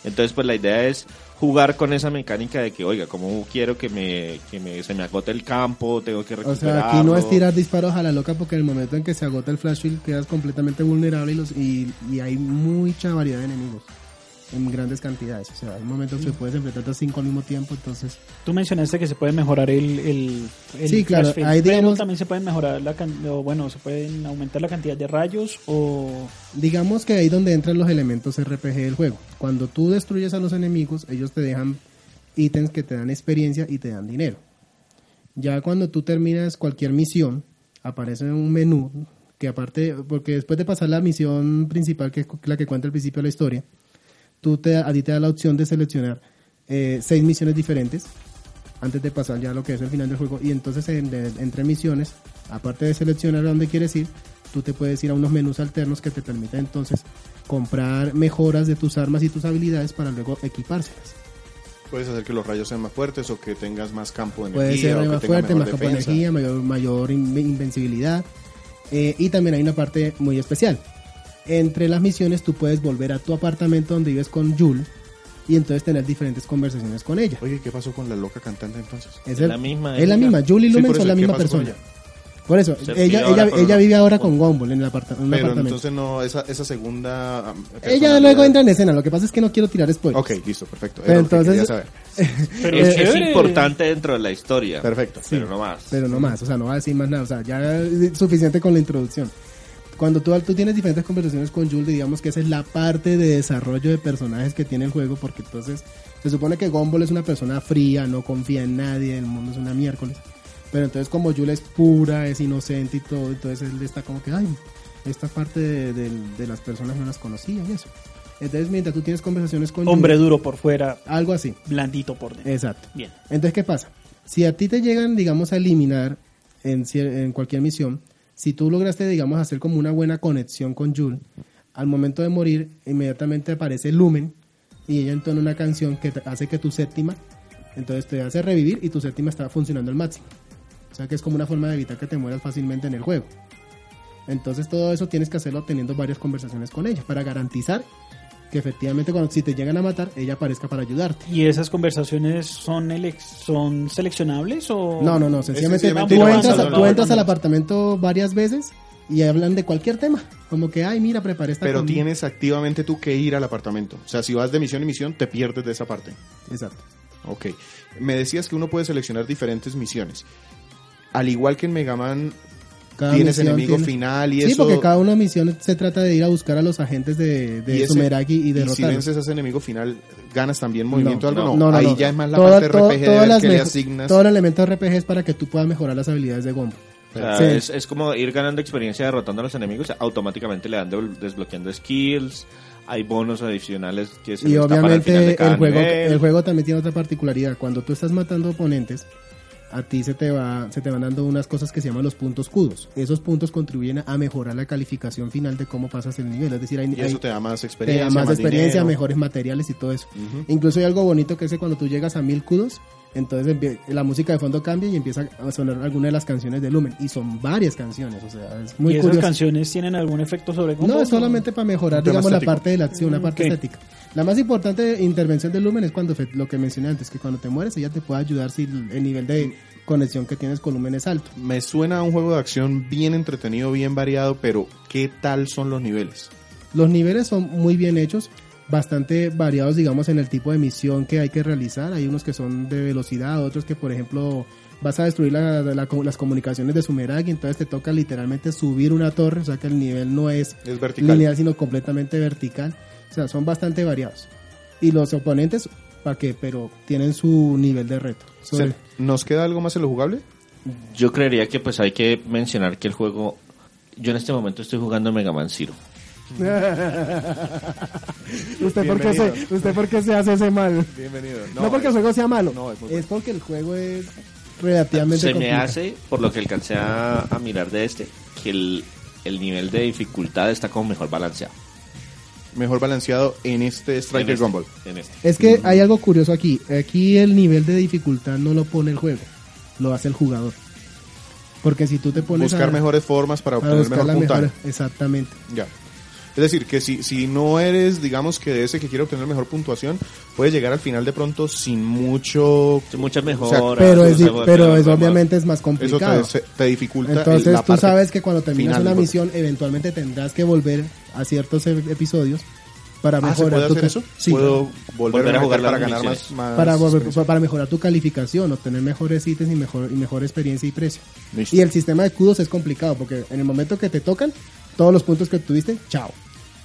[SPEAKER 3] Entonces, pues la idea es jugar con esa mecánica de que, oiga, como quiero que, me, que me- se me agote el campo, tengo que
[SPEAKER 4] O
[SPEAKER 3] recuperarlo.
[SPEAKER 4] sea, aquí no es tirar disparos a la loca porque en el momento en que se agota el flash shield quedas completamente vulnerable y, los, y, y hay mucha variedad de enemigos en grandes cantidades. O sea, hay momentos que puedes enfrentarte a cinco al mismo tiempo, entonces...
[SPEAKER 1] jugada. Tú mencionaste que se puede mejorar el, el, el
[SPEAKER 4] Sí, claro,
[SPEAKER 1] flash field,
[SPEAKER 4] ahí
[SPEAKER 1] pero
[SPEAKER 4] digamos-
[SPEAKER 1] también se pueden mejorar la can- o bueno, se pueden aumentar la cantidad de rayos o
[SPEAKER 4] Digamos que ahí donde entran los elementos RPG del juego. Cuando tú destruyes a los enemigos, ellos te dejan ítems que te dan experiencia y te dan dinero. Ya cuando tú terminas cualquier misión, aparece un menú que aparte, porque después de pasar la misión principal, que es la que cuenta al principio de la historia, tú te, a ti te da la opción de seleccionar eh, seis misiones diferentes antes de pasar ya a lo que es el final del juego. Y entonces en- de- entre misiones, aparte de seleccionar a dónde quieres ir, tú te puedes ir a unos menús alternos que te permiten entonces comprar mejoras de tus armas y tus habilidades para luego equipárselas.
[SPEAKER 2] Puedes hacer que los rayos sean más fuertes o que tengas más campo de
[SPEAKER 4] Puede
[SPEAKER 2] energía.
[SPEAKER 4] ser
[SPEAKER 2] o que
[SPEAKER 4] más
[SPEAKER 2] tenga
[SPEAKER 4] fuerte,
[SPEAKER 2] mejor
[SPEAKER 4] más campo de
[SPEAKER 2] defensa.
[SPEAKER 4] energía, mayor, mayor in- invencibilidad. Eh, y también hay una parte muy especial, entre las misiones tú puedes volver a tu apartamento donde vives con Jul y entonces tener diferentes conversaciones con ella.
[SPEAKER 2] Oye, ¿qué pasó con la loca cantante entonces?
[SPEAKER 4] Es,
[SPEAKER 3] la misma,
[SPEAKER 4] Es la
[SPEAKER 3] ella.
[SPEAKER 4] misma. Julie
[SPEAKER 2] Sí,
[SPEAKER 4] Lumen
[SPEAKER 2] por eso,
[SPEAKER 4] son la
[SPEAKER 2] ¿qué
[SPEAKER 4] misma
[SPEAKER 2] pasó con
[SPEAKER 4] persona. Por eso,
[SPEAKER 3] Se vive
[SPEAKER 4] ella,
[SPEAKER 3] ahora
[SPEAKER 4] ella,
[SPEAKER 3] con
[SPEAKER 4] ella
[SPEAKER 3] una-
[SPEAKER 4] vive ahora con
[SPEAKER 3] con-
[SPEAKER 4] Gumball en el aparta- en un
[SPEAKER 2] Pero
[SPEAKER 4] apartamento.
[SPEAKER 2] entonces no, esa, esa segunda... um,
[SPEAKER 4] Ella
[SPEAKER 2] personalidad-
[SPEAKER 4] luego entra en escena. Lo que pasa es que no quiero tirar spoilers.
[SPEAKER 2] Ok, listo, perfecto.
[SPEAKER 4] Pero
[SPEAKER 2] Era lo que
[SPEAKER 4] entonces-
[SPEAKER 2] quería saber.
[SPEAKER 1] Pero
[SPEAKER 3] es, es
[SPEAKER 1] chévere.
[SPEAKER 3] importante dentro de la historia.
[SPEAKER 2] Perfecto.
[SPEAKER 3] Pero no más.
[SPEAKER 4] Pero no más, o sea, no va a decir más nada, o sea, ya es suficiente con la introducción. Cuando tú, tú tienes diferentes conversaciones con Jules, digamos que esa es la parte de desarrollo de personajes que tiene el juego, porque entonces se supone que Gumball es una persona fría, no confía en nadie, el mundo es una miércoles. Pero entonces como Jules es pura, es inocente y todo, entonces él está como que, ay, esta parte de, de- de las personas no las conocía y eso. Entonces mientras tú tienes conversaciones con
[SPEAKER 1] Hombre
[SPEAKER 4] Jules,
[SPEAKER 1] duro por fuera,
[SPEAKER 4] algo así.
[SPEAKER 1] blandito por dentro.
[SPEAKER 4] Exacto.
[SPEAKER 1] Bien.
[SPEAKER 4] Entonces, ¿qué pasa? Si a ti te llegan, digamos, a eliminar en, cier- en cualquier misión, si tú lograste, digamos, hacer como una buena conexión con Jul, al momento de morir, inmediatamente aparece Lumen y ella entona una canción que te- hace que tu séptima, entonces te hace revivir y tu séptima está funcionando al máximo. O sea que es como una forma de evitar que te mueras fácilmente en el juego. Entonces todo eso tienes que hacerlo teniendo varias conversaciones con ella para garantizar que efectivamente cuando si te llegan a matar, ella aparezca para ayudarte.
[SPEAKER 1] ¿Y esas conversaciones son, elec- son seleccionables o...?
[SPEAKER 4] No, no, no, sencillamente
[SPEAKER 2] sencillamente
[SPEAKER 4] tú,
[SPEAKER 1] ir
[SPEAKER 4] entras,
[SPEAKER 1] avanzando,
[SPEAKER 4] tú
[SPEAKER 1] ¿no?
[SPEAKER 4] entras al apartamento varias veces y hablan de cualquier tema. Como que, ay, mira, preparé esta
[SPEAKER 2] Pero
[SPEAKER 4] comida".
[SPEAKER 2] tienes activamente tú que ir al apartamento. O sea, si vas de misión en misión, te pierdes de esa parte.
[SPEAKER 4] Exacto.
[SPEAKER 2] Ok. Me decías que uno puede seleccionar diferentes misiones. Al igual que en Mega Man,
[SPEAKER 4] Cada
[SPEAKER 2] tienes
[SPEAKER 4] misión
[SPEAKER 2] enemigo
[SPEAKER 4] tiene-
[SPEAKER 2] final y
[SPEAKER 4] sí,
[SPEAKER 2] eso...
[SPEAKER 4] porque cada una misión se trata de ir a buscar a los agentes de, de
[SPEAKER 2] y ese-
[SPEAKER 4] Sumeragi y
[SPEAKER 2] si
[SPEAKER 4] derrotarlos.
[SPEAKER 2] vences a ese enemigo final, ¿ganas también movimiento o algo? No, ahí ya es más la
[SPEAKER 4] Toda-
[SPEAKER 2] parte
[SPEAKER 4] todo-
[SPEAKER 2] RPG de
[SPEAKER 4] todas
[SPEAKER 2] ver
[SPEAKER 4] las
[SPEAKER 2] que le
[SPEAKER 4] mejo-
[SPEAKER 2] asignas.
[SPEAKER 4] Todo el elemento RPG es para que tú puedas mejorar las habilidades de Gombo.
[SPEAKER 3] O sea,
[SPEAKER 4] Sí.
[SPEAKER 3] es, es como ir ganando experiencia derrotando a los enemigos. Automáticamente le van devol- desbloqueando skills. Hay bonos adicionales que se
[SPEAKER 4] y
[SPEAKER 3] destapan al final de
[SPEAKER 4] obviamente
[SPEAKER 3] cada
[SPEAKER 4] el juego,
[SPEAKER 3] nivel.
[SPEAKER 4] el juego también tiene otra particularidad. Cuando tú estás matando oponentes, a ti se te, va, se te van dando unas cosas que se llaman los puntos cudos. Esos puntos contribuyen a mejorar la calificación final de cómo pasas el nivel. Es decir, hay,
[SPEAKER 2] Y eso
[SPEAKER 4] hay-
[SPEAKER 2] te da más
[SPEAKER 4] te
[SPEAKER 2] experiencia,
[SPEAKER 4] da más experiencia,
[SPEAKER 2] dinero.
[SPEAKER 4] mejores materiales y todo eso. Incluso hay algo bonito que es que cuando tú llegas a mil cudos, entonces empie- la música de fondo cambia y empieza a sonar alguna de las canciones de Lumen. Y son varias canciones, o sea, es muy
[SPEAKER 1] ¿Y esas
[SPEAKER 4] curioso.
[SPEAKER 1] canciones tienen algún efecto sobre Gumball?
[SPEAKER 4] No, es solamente para mejorar,
[SPEAKER 2] Un tema
[SPEAKER 4] digamos, la
[SPEAKER 2] estético.
[SPEAKER 4] parte de la acción, la parte
[SPEAKER 1] ok.
[SPEAKER 4] estética. La más importante intervención del Lumen es cuando fe- lo que mencioné antes, que cuando te mueres ella te puede ayudar si el el nivel de conexión que tienes con Lumen es alto.
[SPEAKER 2] Me suena a un juego de acción bien entretenido, bien variado, pero ¿qué tal son los niveles?
[SPEAKER 4] Los niveles son muy bien hechos, bastante variados, digamos, en el tipo de misión que hay que realizar. Hay unos que son de velocidad, otros que, por ejemplo, vas a destruir la- la- las comunicaciones de Sumeragi, entonces te toca literalmente subir una torre, o sea que el nivel no es
[SPEAKER 2] Es vertical.
[SPEAKER 4] lineal, sino completamente vertical. O sea, son bastante variados. Y los oponentes, ¿para qué? Pero tienen su nivel de reto. Sobre-
[SPEAKER 2] Se- ¿Nos queda algo más en lo jugable?
[SPEAKER 3] Yo creería que pues hay que mencionar que el juego... Yo en este momento estoy jugando Mega Man Zero.
[SPEAKER 4] ¿Usted, por qué se, ¿Usted por qué se hace ese mal?
[SPEAKER 2] Bienvenido.
[SPEAKER 4] No, porque el juego sea malo,
[SPEAKER 2] no, es
[SPEAKER 4] es,
[SPEAKER 2] muy bueno.
[SPEAKER 4] porque el juego es relativamente
[SPEAKER 3] Se me
[SPEAKER 4] complicado.
[SPEAKER 3] hace, por lo que alcancé a, a mirar de este, que el, el nivel de dificultad está como mejor balanceado.
[SPEAKER 2] mejor balanceado en este
[SPEAKER 3] En
[SPEAKER 2] Striker
[SPEAKER 3] este,
[SPEAKER 2] Rumble.
[SPEAKER 3] En este.
[SPEAKER 4] Es que hay algo curioso aquí. Aquí el nivel de dificultad no lo pone el juego, lo hace el jugador. Porque si tú te pones
[SPEAKER 2] Buscar
[SPEAKER 4] a,
[SPEAKER 2] mejores formas para
[SPEAKER 4] a
[SPEAKER 2] obtener
[SPEAKER 4] buscar
[SPEAKER 2] mejor
[SPEAKER 4] la
[SPEAKER 2] puntaje.
[SPEAKER 4] mejor, exactamente.
[SPEAKER 2] Ya. Es decir, que si, si no eres, digamos que de ese que quiere obtener mejor puntuación, puedes llegar al final de pronto sin mucho...
[SPEAKER 3] Son muchas
[SPEAKER 2] O sea,
[SPEAKER 3] mejoras.
[SPEAKER 4] pero
[SPEAKER 3] no
[SPEAKER 4] es,
[SPEAKER 3] se
[SPEAKER 4] di-
[SPEAKER 3] puede
[SPEAKER 4] pero
[SPEAKER 3] hacer
[SPEAKER 4] es
[SPEAKER 3] nada más.
[SPEAKER 4] obviamente es más
[SPEAKER 2] Eso
[SPEAKER 4] complicado.
[SPEAKER 2] te, se- te dificulta el-
[SPEAKER 4] Entonces
[SPEAKER 2] la
[SPEAKER 4] tú
[SPEAKER 2] parte
[SPEAKER 4] sabes que cuando terminas
[SPEAKER 2] final
[SPEAKER 4] una
[SPEAKER 2] del juego.
[SPEAKER 4] misión, eventualmente tendrás que volver a ciertos e- episodios para
[SPEAKER 2] Ah, ¿se
[SPEAKER 4] mejorar
[SPEAKER 2] puede
[SPEAKER 4] tu
[SPEAKER 2] hacer
[SPEAKER 4] ca-
[SPEAKER 2] eso?
[SPEAKER 4] Sí,
[SPEAKER 2] ¿Puedo volver,
[SPEAKER 3] Volver
[SPEAKER 2] a jugar
[SPEAKER 3] a jugar las
[SPEAKER 2] para ganar más,
[SPEAKER 3] misiones.
[SPEAKER 2] más
[SPEAKER 4] para, volver,
[SPEAKER 2] experiencia?
[SPEAKER 4] para mejorar tu calificación, obtener mejores ítems y mejor, y mejor experiencia y precio.
[SPEAKER 2] Listo.
[SPEAKER 4] Y el sistema de escudos es complicado porque en el momento que te tocan, todos los puntos que tuviste, chao.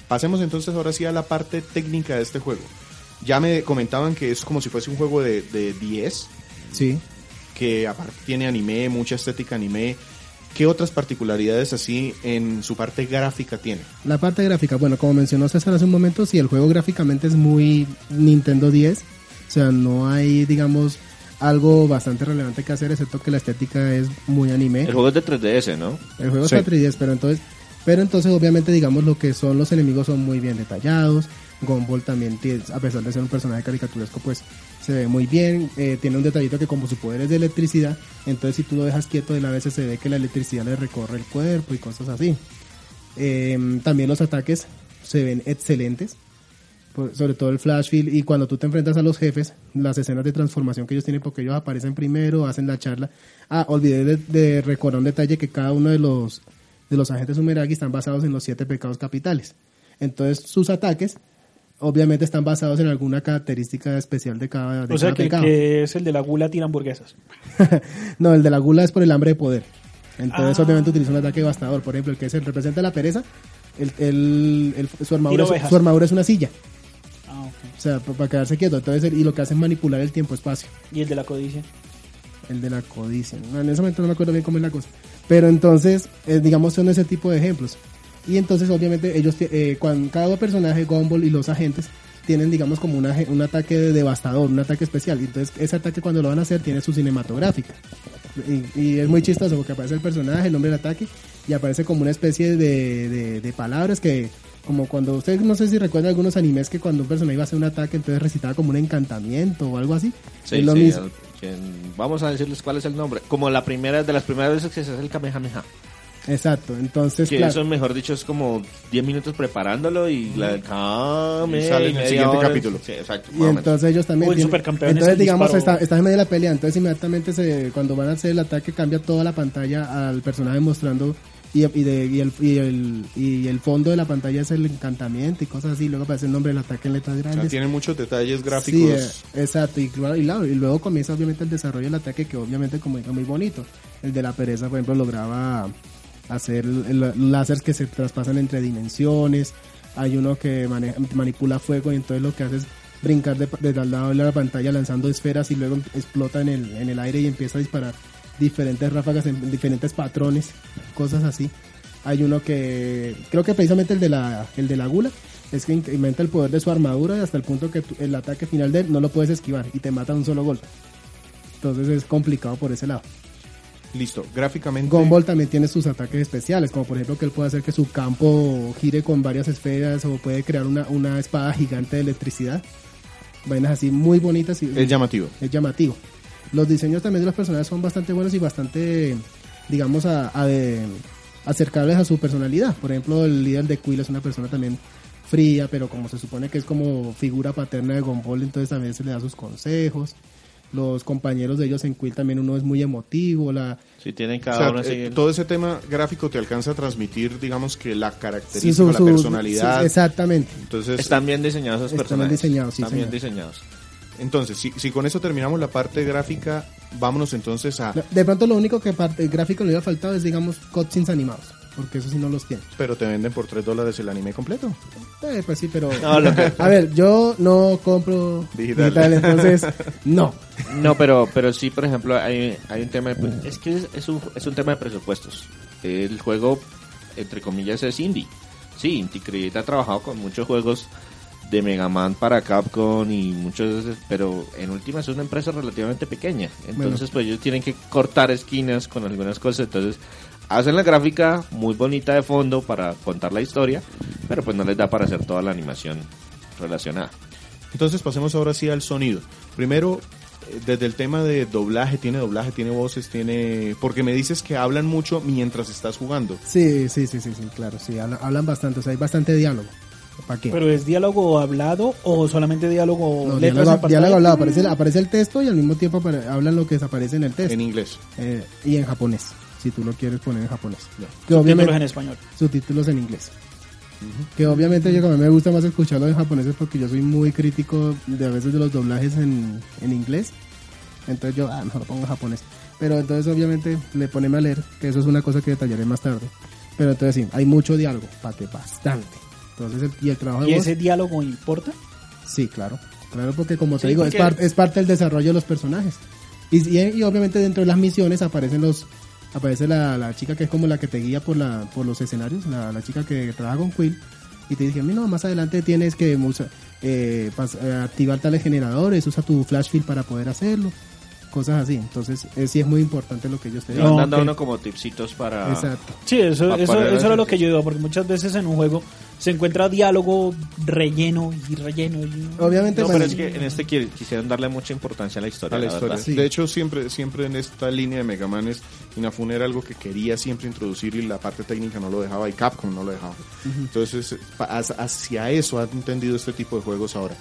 [SPEAKER 2] Pasemos entonces ahora sí a la parte técnica de este juego. Ya me comentaban que es como si fuese un juego de, de 10,
[SPEAKER 4] Sí.
[SPEAKER 2] que aparte tiene anime, mucha estética anime. ¿Qué otras particularidades así en su parte gráfica tiene?
[SPEAKER 4] La parte gráfica, bueno, como mencionó César hace un momento, sí, el juego gráficamente es muy Nintendo 10. O sea, no hay, digamos, algo bastante relevante que hacer, excepto que la estética es muy anime.
[SPEAKER 3] El juego es de 3DS, ¿no?
[SPEAKER 4] El juego
[SPEAKER 2] Sí.
[SPEAKER 4] está 3DS, pero entonces, pero entonces obviamente digamos lo que son los enemigos son muy bien detallados. Gumball también tiene, a pesar de ser un personaje caricaturesco, pues se ve muy bien. Eh, tiene un detallito que como su poder es de electricidad, entonces si tú lo dejas quieto, él a veces se ve que la electricidad le recorre el cuerpo y cosas así. Eh, también los ataques se ven excelentes, por- sobre todo el flashfield y cuando tú te enfrentas a los jefes, las escenas de transformación que ellos tienen porque ellos aparecen primero, hacen la charla. Ah, olvidé de, de recordar un detalle que cada uno de los de los agentes Umeragi están basados en los siete pecados capitales. Entonces sus ataques obviamente están basados en alguna característica especial de cada, de
[SPEAKER 1] O sea
[SPEAKER 4] cada
[SPEAKER 1] que el
[SPEAKER 4] pecado.
[SPEAKER 1] que es el de la gula tira hamburguesas.
[SPEAKER 4] no, el de la gula es por el hambre de poder. Entonces,
[SPEAKER 1] Ah.
[SPEAKER 4] obviamente, utiliza un ataque devastador. Por ejemplo, el que es el representa la pereza, el, el- el- su, armadura,
[SPEAKER 1] Tiro
[SPEAKER 4] es-
[SPEAKER 1] ovejas.
[SPEAKER 4] su armadura es una silla.
[SPEAKER 1] Ah, ok.
[SPEAKER 4] O sea, pa- para, quedarse quieto. Entonces, el- y lo que hace es manipular el tiempo-espacio.
[SPEAKER 1] Y el de la codicia.
[SPEAKER 4] El de la codicia. No, en ese momento no me acuerdo bien cómo es la cosa. Pero entonces, eh, digamos, son ese tipo de ejemplos. Y entonces, obviamente, ellos, tie- eh, cuan- cada personaje, Gumball y los agentes, tienen, digamos, como una ge- un ataque devastador, un ataque especial. Y entonces, ese ataque cuando lo van a hacer tiene su cinematográfica. Y, y es muy chistoso porque aparece el personaje, el nombre del ataque, y aparece como una especie de, de- de palabras que, como cuando ustedes, no sé si recuerdan algunos animes que cuando un personaje iba a hacer un ataque, entonces recitaba como un encantamiento o algo así.
[SPEAKER 3] Sí,
[SPEAKER 4] es lo
[SPEAKER 3] sí,
[SPEAKER 4] mismo.
[SPEAKER 3] al- quien- vamos a decirles cuál es el nombre. Como la primera de las primeras veces que se hace el Kamehameha.
[SPEAKER 4] Exacto, entonces,
[SPEAKER 3] que
[SPEAKER 4] claro.
[SPEAKER 3] eso, mejor dicho, es como 10 minutos preparándolo y la del Kame.
[SPEAKER 2] Y sale en el
[SPEAKER 3] media
[SPEAKER 2] siguiente capítulo.
[SPEAKER 3] Sí, exacto.
[SPEAKER 4] Y
[SPEAKER 3] más o menos.
[SPEAKER 4] entonces ellos también.
[SPEAKER 1] Uy, el
[SPEAKER 4] tienen-
[SPEAKER 1] supercampeón es
[SPEAKER 4] entonces,
[SPEAKER 1] el
[SPEAKER 4] digamos,
[SPEAKER 1] disparo.
[SPEAKER 4] está, está en medio de la pelea. Entonces, inmediatamente se, cuando van a hacer el ataque, cambia toda la pantalla al personaje mostrando. Y, y de- y el, y, el, y el fondo de la pantalla es el encantamiento y cosas así. Luego aparece el nombre del ataque en letras
[SPEAKER 2] O sea,
[SPEAKER 4] grandes.
[SPEAKER 2] tiene muchos detalles gráficos.
[SPEAKER 4] Sí, eh, exacto. Y, claro, y, claro, y luego comienza, obviamente, el desarrollo del ataque, que obviamente, como digo, muy bonito. El de la pereza, por ejemplo, lograba hacer el- el- láseres que se traspasan entre dimensiones. Hay uno que maneja- manipula fuego y entonces lo que hace es brincar de, de al lado de la pantalla lanzando esferas y luego explota en el, en el aire y empieza a disparar diferentes ráfagas en diferentes patrones, cosas así. Hay uno que creo que precisamente el de la el de la gula es que incrementa el poder de su armadura hasta el punto que tú- el ataque final de él no lo puedes esquivar y te mata de un solo golpe. Entonces es complicado por ese lado.
[SPEAKER 2] Listo, gráficamente.
[SPEAKER 4] Gumball también tiene sus ataques especiales, como por ejemplo que él puede hacer que su campo gire con varias esferas o puede crear una, una espada gigante de electricidad. Vainas así muy bonitas y
[SPEAKER 2] Es llamativo.
[SPEAKER 4] es llamativo. Los diseños también de los personajes son bastante buenos y bastante, digamos, a, a de- acercables a su personalidad. Por ejemplo, el líder de Quill es una persona también fría, pero como se supone que es como figura paterna de Gumball, entonces también se le da sus consejos. Los compañeros de ellos en Quill también uno es muy emotivo, la,
[SPEAKER 3] Sí, tienen
[SPEAKER 2] O
[SPEAKER 3] cada
[SPEAKER 2] sea,
[SPEAKER 3] uno
[SPEAKER 2] eh,
[SPEAKER 3] así.
[SPEAKER 2] todo ese tema gráfico te alcanza a transmitir, digamos que la característica,
[SPEAKER 4] Sí, su-
[SPEAKER 2] la
[SPEAKER 4] su-
[SPEAKER 2] personalidad.
[SPEAKER 4] sí, exactamente.
[SPEAKER 2] Entonces,
[SPEAKER 3] Están bien diseñados esos
[SPEAKER 4] Están bien
[SPEAKER 3] personajes.
[SPEAKER 4] diseñados, sí,
[SPEAKER 3] Están bien
[SPEAKER 4] señor.
[SPEAKER 3] diseñados.
[SPEAKER 2] entonces si, si con eso terminamos la parte gráfica, vámonos entonces a...
[SPEAKER 4] No, De pronto lo único que parte, el gráfico le hubiera faltado es, digamos, cutscenes animados, porque eso sí no los tiene.
[SPEAKER 2] Pero te venden por 3 dólares el anime completo.
[SPEAKER 4] Eh, pues sí, pero...
[SPEAKER 3] No, lo que-
[SPEAKER 4] A ver, yo no compro
[SPEAKER 2] Digital.
[SPEAKER 4] digital, entonces no.
[SPEAKER 3] No, pero, pero sí, por ejemplo, hay, hay un tema. de- es que es, es un, es un tema de presupuestos. El juego, entre comillas, es indie. Sí, Inti Create ha trabajado con muchos juegos de Mega Man para Capcom y muchos, pero en última es una empresa relativamente pequeña. Entonces,
[SPEAKER 4] Bueno.
[SPEAKER 3] pues ellos tienen que cortar esquinas con algunas cosas. Entonces, hacen la gráfica muy bonita de fondo para contar la historia, pero pues no les da para hacer toda la animación relacionada.
[SPEAKER 2] Entonces pasemos ahora sí al sonido. Primero, eh, desde el tema de doblaje, tiene doblaje, tiene voces, tiene... Porque me dices que hablan mucho mientras estás jugando.
[SPEAKER 4] Sí, sí, sí, sí, sí, claro, sí, habla- hablan bastante, o sea, hay bastante diálogo. ¿Para qué?
[SPEAKER 1] Pero es diálogo hablado o solamente diálogo
[SPEAKER 4] No,
[SPEAKER 1] letras en
[SPEAKER 4] diálogo,
[SPEAKER 1] pantalla?
[SPEAKER 4] diálogo hablado, aparece, el- aparece el texto y al mismo tiempo apare- hablan lo que desaparece en el texto.
[SPEAKER 2] En inglés.
[SPEAKER 4] Eh, y en japonés, si tú lo quieres poner en japonés.
[SPEAKER 2] Ya.
[SPEAKER 4] Que
[SPEAKER 1] Títulos
[SPEAKER 4] obviamente,
[SPEAKER 1] en español.
[SPEAKER 4] subtítulos en inglés. Que obviamente yo que a mí me gusta más escucharlo en japonés es porque yo soy muy crítico de a veces de los doblajes en, en inglés. Entonces yo, ah, mejor lo pongo en japonés. Pero entonces obviamente le poneme a leer, que eso es una cosa que detallaré más tarde. Pero entonces sí, hay mucho diálogo, para que bastante. Entonces, el- y el trabajo de
[SPEAKER 1] ¿Y
[SPEAKER 4] voz,
[SPEAKER 1] ese diálogo importa?
[SPEAKER 4] Sí, claro. Claro, porque como te
[SPEAKER 1] Sí,
[SPEAKER 4] digo,
[SPEAKER 1] porque-
[SPEAKER 4] es, parte es parte del desarrollo de los personajes. Y, y- y obviamente dentro de las misiones aparecen los aparece la, la chica que es como la que te guía por la por los escenarios, la, la chica que trabaja con Quill. Y te dice, no, más adelante tienes que usa- eh, pas- eh, activar tales generadores, usa tu flash field para poder hacerlo. cosas así. Entonces, eh, sí es muy importante lo que ellos te
[SPEAKER 3] Le
[SPEAKER 4] digan.
[SPEAKER 3] van
[SPEAKER 1] No,
[SPEAKER 3] dando a
[SPEAKER 1] ok.
[SPEAKER 3] uno como tipsitos para...
[SPEAKER 4] Exacto.
[SPEAKER 1] Sí, eso,
[SPEAKER 2] Ah,
[SPEAKER 3] Pa-
[SPEAKER 1] eso,
[SPEAKER 3] para
[SPEAKER 1] eso era lo
[SPEAKER 3] sentir.
[SPEAKER 1] que yo digo, porque muchas veces en un juego se encuentra diálogo relleno y relleno. y-
[SPEAKER 4] Obviamente, pues,
[SPEAKER 3] No,
[SPEAKER 4] cuando-
[SPEAKER 3] pero es que en este qui- quisieron darle mucha importancia a la historia.
[SPEAKER 2] a la
[SPEAKER 3] la
[SPEAKER 2] historia.
[SPEAKER 3] verdad.
[SPEAKER 4] sí.
[SPEAKER 2] De hecho, siempre, siempre en esta línea de Mega Man es Inafune era algo que quería siempre introducir y la parte técnica no lo dejaba y Capcom no lo dejaba. Entonces, eh, pa- as- hacia eso han entendido este tipo de juegos ahora.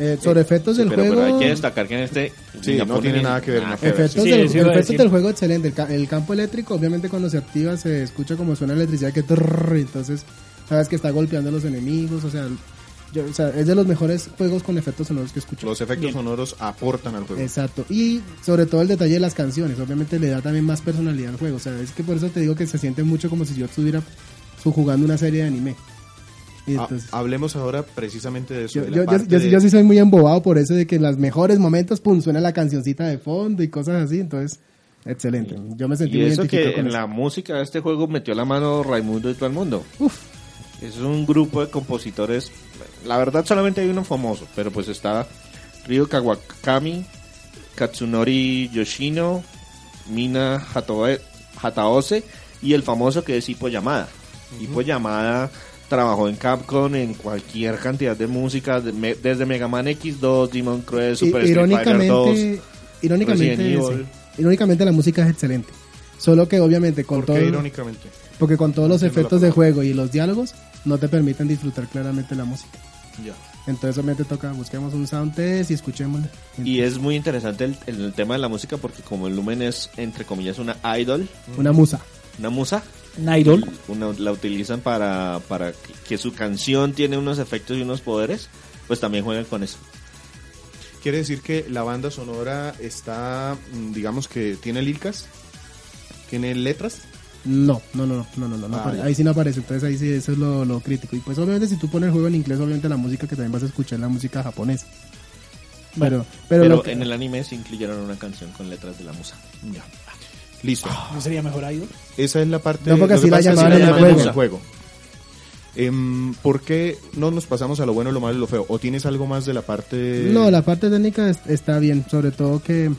[SPEAKER 4] eh, sobre efectos del
[SPEAKER 3] Pero, pero
[SPEAKER 4] juego.
[SPEAKER 3] hay que destacar que en este...
[SPEAKER 2] Sí, no
[SPEAKER 3] Japón
[SPEAKER 2] tiene
[SPEAKER 3] es-
[SPEAKER 2] nada que ver,
[SPEAKER 3] nada
[SPEAKER 2] no.
[SPEAKER 3] que ver.
[SPEAKER 4] Efectos,
[SPEAKER 1] Sí,
[SPEAKER 4] del,
[SPEAKER 1] sí, iba a
[SPEAKER 4] efectos
[SPEAKER 1] decir.
[SPEAKER 4] del juego excelente. El, ca- el campo eléctrico, obviamente, cuando se activa, se escucha como suena la electricidad que trrr, entonces sabes que está golpeando a los enemigos. O sea, yo- o sea, es de los mejores juegos con efectos sonoros que escucho.
[SPEAKER 2] Los efectos sonoros aportan al juego.
[SPEAKER 4] Exacto. Y sobre todo el detalle de las canciones, obviamente le da también más personalidad al juego. O sea, es que por eso te digo que se siente mucho como si yo estuviera su- jugando una serie de anime. Y
[SPEAKER 1] Ah,
[SPEAKER 2] Ha-
[SPEAKER 4] entonces,
[SPEAKER 2] hablemos ahora precisamente de eso.
[SPEAKER 4] yo,
[SPEAKER 2] de la
[SPEAKER 4] yo- yo-
[SPEAKER 2] parte
[SPEAKER 4] yo sí-
[SPEAKER 2] de-
[SPEAKER 4] yo sí soy muy embobado por eso de que en los mejores momentos, pum, suena la cancioncita de fondo y cosas así. Entonces, excelente. Yo me sentí
[SPEAKER 3] Y
[SPEAKER 4] muy
[SPEAKER 3] eso
[SPEAKER 4] identificado
[SPEAKER 3] que
[SPEAKER 4] con
[SPEAKER 3] en
[SPEAKER 4] eso.
[SPEAKER 3] la música de este juego metió la mano Raimundo y todo el mundo.
[SPEAKER 4] Uf.
[SPEAKER 3] Es un grupo de compositores. La verdad solamente hay uno famoso, pero pues está Ryo Kawakami, Katsunori Yoshino, Mina Hatoe- Hataose y el famoso que es Hippo Yamada. Hippo Yamada trabajó en Capcom en cualquier cantidad de música, de- me- desde Mega Man X2, Demon Crest, Super
[SPEAKER 4] I-
[SPEAKER 3] Street Fighter 2.
[SPEAKER 4] irónicamente, irónicamente,
[SPEAKER 3] Resident
[SPEAKER 4] sí.
[SPEAKER 3] Evil.
[SPEAKER 4] irónicamente la música es excelente. Solo que obviamente con
[SPEAKER 2] ¿Por qué
[SPEAKER 4] todo
[SPEAKER 2] irónicamente?
[SPEAKER 4] porque con todos los
[SPEAKER 2] Entiendo la
[SPEAKER 4] efectos de
[SPEAKER 2] palabra.
[SPEAKER 4] juego y los diálogos no te permiten disfrutar claramente la música.
[SPEAKER 2] Ya.
[SPEAKER 4] Entonces obviamente toca busquemos un sound test y escuchemos.
[SPEAKER 3] Y es muy interesante el, el tema de la música porque como el Lumen es, entre comillas, una idol,
[SPEAKER 4] una musa.
[SPEAKER 3] una musa,
[SPEAKER 1] Nairol.
[SPEAKER 3] una, la utilizan para, para que- que su canción tiene unos efectos y unos poderes, pues también juegan con eso.
[SPEAKER 2] Quiere decir que la banda sonora está, mm, digamos que tiene líricas, tiene letras.
[SPEAKER 4] No, no, no, no, no, no, no
[SPEAKER 2] Ah,
[SPEAKER 4] apare-
[SPEAKER 2] ya.
[SPEAKER 4] ahí sí no aparece, entonces ahí sí eso es lo, lo crítico. Y pues obviamente si tú pones el juego en inglés, obviamente la música que también vas a escuchar es la música japonesa. Pero, pero,
[SPEAKER 3] Pero,
[SPEAKER 4] lo que-
[SPEAKER 3] en el anime se incluyeron una canción con letras de la musa.
[SPEAKER 2] Ya. Listo.
[SPEAKER 1] ¿No sería mejor ahí?
[SPEAKER 2] Esa es la parte.
[SPEAKER 4] No, porque
[SPEAKER 2] lo que
[SPEAKER 4] así la
[SPEAKER 2] pasa es que
[SPEAKER 3] llamaban
[SPEAKER 2] así
[SPEAKER 3] en
[SPEAKER 2] la
[SPEAKER 3] el
[SPEAKER 2] llaman en
[SPEAKER 3] juego.
[SPEAKER 2] el juego. Em, ¿Por qué no nos pasamos a lo bueno, lo malo y lo feo? ¿O tienes algo más de la parte.?
[SPEAKER 4] No, la parte técnica es- está bien, sobre todo que,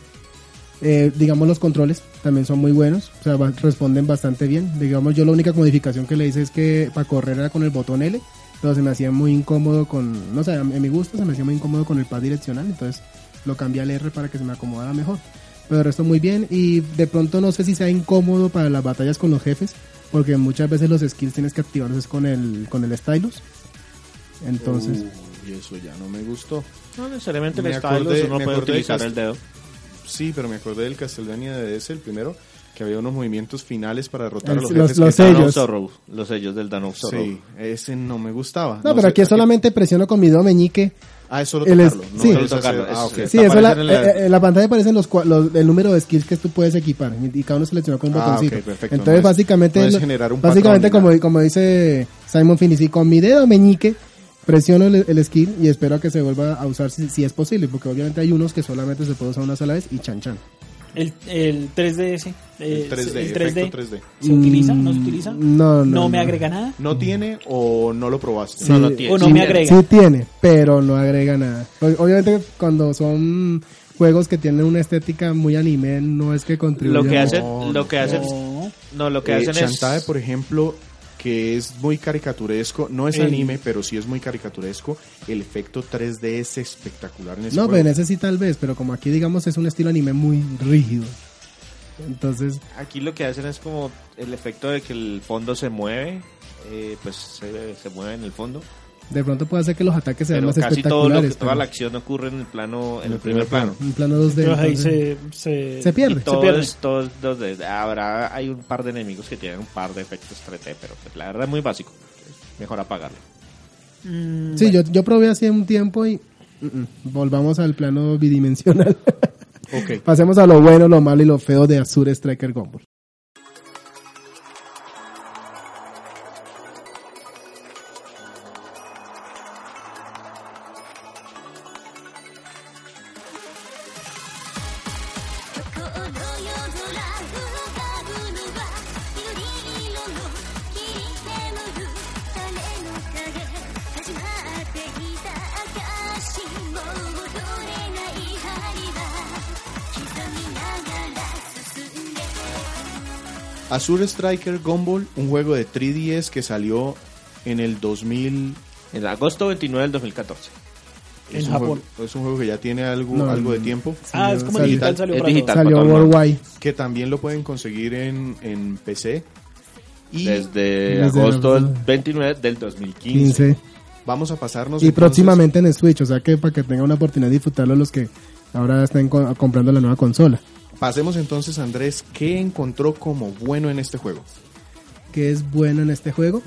[SPEAKER 4] eh, digamos, los controles también son muy buenos, o sea, va- responden bastante bien. Digamos, yo la única modificación que le hice es que para correr era con el botón L, pero se me hacía muy incómodo con, no sé, a- en mi gusto se me hacía muy incómodo con el pad direccional, entonces lo cambié al R para que se me acomodara mejor. Pero el resto muy bien y de pronto no sé si sea incómodo para las batallas con los jefes, porque muchas veces los skills tienes que activarlos es con el, con el stylus. Entonces...
[SPEAKER 2] Uy, Uh, eso ya no me gustó.
[SPEAKER 3] No necesariamente
[SPEAKER 2] Me
[SPEAKER 3] el stylus,
[SPEAKER 2] acordé-
[SPEAKER 3] uno
[SPEAKER 2] me
[SPEAKER 3] puede
[SPEAKER 2] acordé
[SPEAKER 3] utilizar
[SPEAKER 2] que es-
[SPEAKER 3] el dedo.
[SPEAKER 2] Sí, pero me acordé del Castlevania de DS, el primero, que había unos movimientos finales para derrotar a
[SPEAKER 4] Es-
[SPEAKER 2] los,
[SPEAKER 4] los-
[SPEAKER 2] jefes.
[SPEAKER 4] los
[SPEAKER 2] que-
[SPEAKER 4] sellos.
[SPEAKER 3] Dawn of Sorrow, los sellos del Dawn of Sorrow.
[SPEAKER 2] Sí, ese no me gustaba.
[SPEAKER 4] No, pero
[SPEAKER 2] sé,
[SPEAKER 4] aquí solamente presiono con mi dedo meñique.
[SPEAKER 2] Ah, es solo
[SPEAKER 4] el es-
[SPEAKER 2] tocarlo. no
[SPEAKER 4] sí.
[SPEAKER 2] es hacer-
[SPEAKER 3] Tocarlo,
[SPEAKER 2] Ah, ok.
[SPEAKER 3] sí,
[SPEAKER 4] Sí,
[SPEAKER 2] Está
[SPEAKER 4] eso la,
[SPEAKER 2] apareciendo en la-
[SPEAKER 4] eh, eh, en la pantalla aparecen los, cua- los- el número de skills que tú puedes equipar y cada uno selecciona con un
[SPEAKER 2] Ah, ok,
[SPEAKER 4] botoncito.
[SPEAKER 2] perfecto, no
[SPEAKER 4] Entonces
[SPEAKER 2] es-
[SPEAKER 4] básicamente
[SPEAKER 2] no es
[SPEAKER 4] lo-
[SPEAKER 2] generar un
[SPEAKER 4] básicamente
[SPEAKER 2] patrón ni
[SPEAKER 4] como,
[SPEAKER 2] nada.
[SPEAKER 4] como dice Simon Finney, con mi dedo meñique presiono el, el skill y espero a que se vuelva a usar si, si es posible, porque obviamente hay unos que solamente se puede usar una sola vez y chan chan.
[SPEAKER 1] El, el 3DS. eh,
[SPEAKER 2] El 3D,
[SPEAKER 1] el
[SPEAKER 2] efecto 3D.
[SPEAKER 1] ¿Se utiliza? ¿No se
[SPEAKER 4] Mm,
[SPEAKER 1] utiliza?
[SPEAKER 4] no, no,
[SPEAKER 1] me
[SPEAKER 4] no.
[SPEAKER 1] agrega nada.
[SPEAKER 2] ¿No tiene o no lo probaste?
[SPEAKER 4] Sí,
[SPEAKER 3] No lo tiene.
[SPEAKER 1] O no
[SPEAKER 4] sí,
[SPEAKER 1] me agrega.
[SPEAKER 4] Sí tiene, pero no agrega nada. O- Obviamente cuando son juegos que tienen una estética muy anime, no es que contribuya
[SPEAKER 3] Lo que
[SPEAKER 4] mucho.
[SPEAKER 3] hacen,
[SPEAKER 2] no,
[SPEAKER 3] lo que hacen,
[SPEAKER 1] No.
[SPEAKER 3] no, lo que
[SPEAKER 2] Eh,
[SPEAKER 3] hacen es...
[SPEAKER 2] Shantae, por ejemplo, que es muy caricaturesco, no es
[SPEAKER 1] El-
[SPEAKER 2] anime, pero sí es muy caricaturesco, el efecto 3D es espectacular en ese
[SPEAKER 4] No,
[SPEAKER 2] juego.
[SPEAKER 4] pero en ese sí tal vez, pero como aquí digamos es un estilo anime muy rígido. Entonces,
[SPEAKER 3] Aquí lo que hacen es como el efecto de que el fondo se mueve, eh, pues se, se mueve en el fondo.
[SPEAKER 4] de pronto puede hacer que los ataques sean
[SPEAKER 3] Pero
[SPEAKER 4] más
[SPEAKER 3] casi todo lo que,
[SPEAKER 4] espectaculares.
[SPEAKER 3] toda la
[SPEAKER 4] pero
[SPEAKER 3] acción ocurre en el plano, en,
[SPEAKER 2] En
[SPEAKER 3] el primer plano.
[SPEAKER 4] Un plano 2D.
[SPEAKER 1] Pero ahí
[SPEAKER 4] entonces,
[SPEAKER 1] se, se,
[SPEAKER 4] se pierde.
[SPEAKER 3] Y todos,
[SPEAKER 1] pierde.
[SPEAKER 3] todos los de- habrá, hay un par de enemigos que tienen un par de efectos 3D, pero pues la verdad es muy básico. Mejor apagarlo.
[SPEAKER 1] Mm,
[SPEAKER 4] Sí, yo, yo probé hace un tiempo y mm, mm, volvamos al plano bidimensional.
[SPEAKER 2] Ok.
[SPEAKER 4] Pasemos a lo bueno, lo malo y lo feo de Azure Striker Gumball.
[SPEAKER 5] 心よずら浮かぶのは緑色の霧眠る誰の影始まっていた証しもう戻れない針は刻み
[SPEAKER 2] Azure Striker Gumball, un juego de 3DS que salió en el 2000.
[SPEAKER 3] En agosto 29 del 2014.
[SPEAKER 1] En
[SPEAKER 2] es un
[SPEAKER 1] Japón.
[SPEAKER 2] juego- es un juego que ya tiene algo,
[SPEAKER 4] No,
[SPEAKER 2] algo de
[SPEAKER 4] no.
[SPEAKER 2] tiempo.
[SPEAKER 1] Ah, es como
[SPEAKER 4] Salió-
[SPEAKER 1] digital, salió
[SPEAKER 3] es
[SPEAKER 1] para
[SPEAKER 3] digital.
[SPEAKER 1] todos.
[SPEAKER 4] Salió
[SPEAKER 3] Patón, no.
[SPEAKER 4] Worldwide.
[SPEAKER 2] Que también lo pueden conseguir en, en PC. Y
[SPEAKER 3] desde,
[SPEAKER 4] Desde
[SPEAKER 3] agosto
[SPEAKER 4] la-
[SPEAKER 3] del 29 del 2015.
[SPEAKER 4] 15.
[SPEAKER 2] vamos a pasarnos.
[SPEAKER 4] Y
[SPEAKER 2] entonces-
[SPEAKER 4] próximamente en Switch, o sea que para que tengan una oportunidad de disfrutarlo los que ahora están co- comprando la nueva consola.
[SPEAKER 2] Pasemos entonces, Andrés, ¿qué encontró como bueno en este juego?
[SPEAKER 4] ¿Qué es bueno en este juego?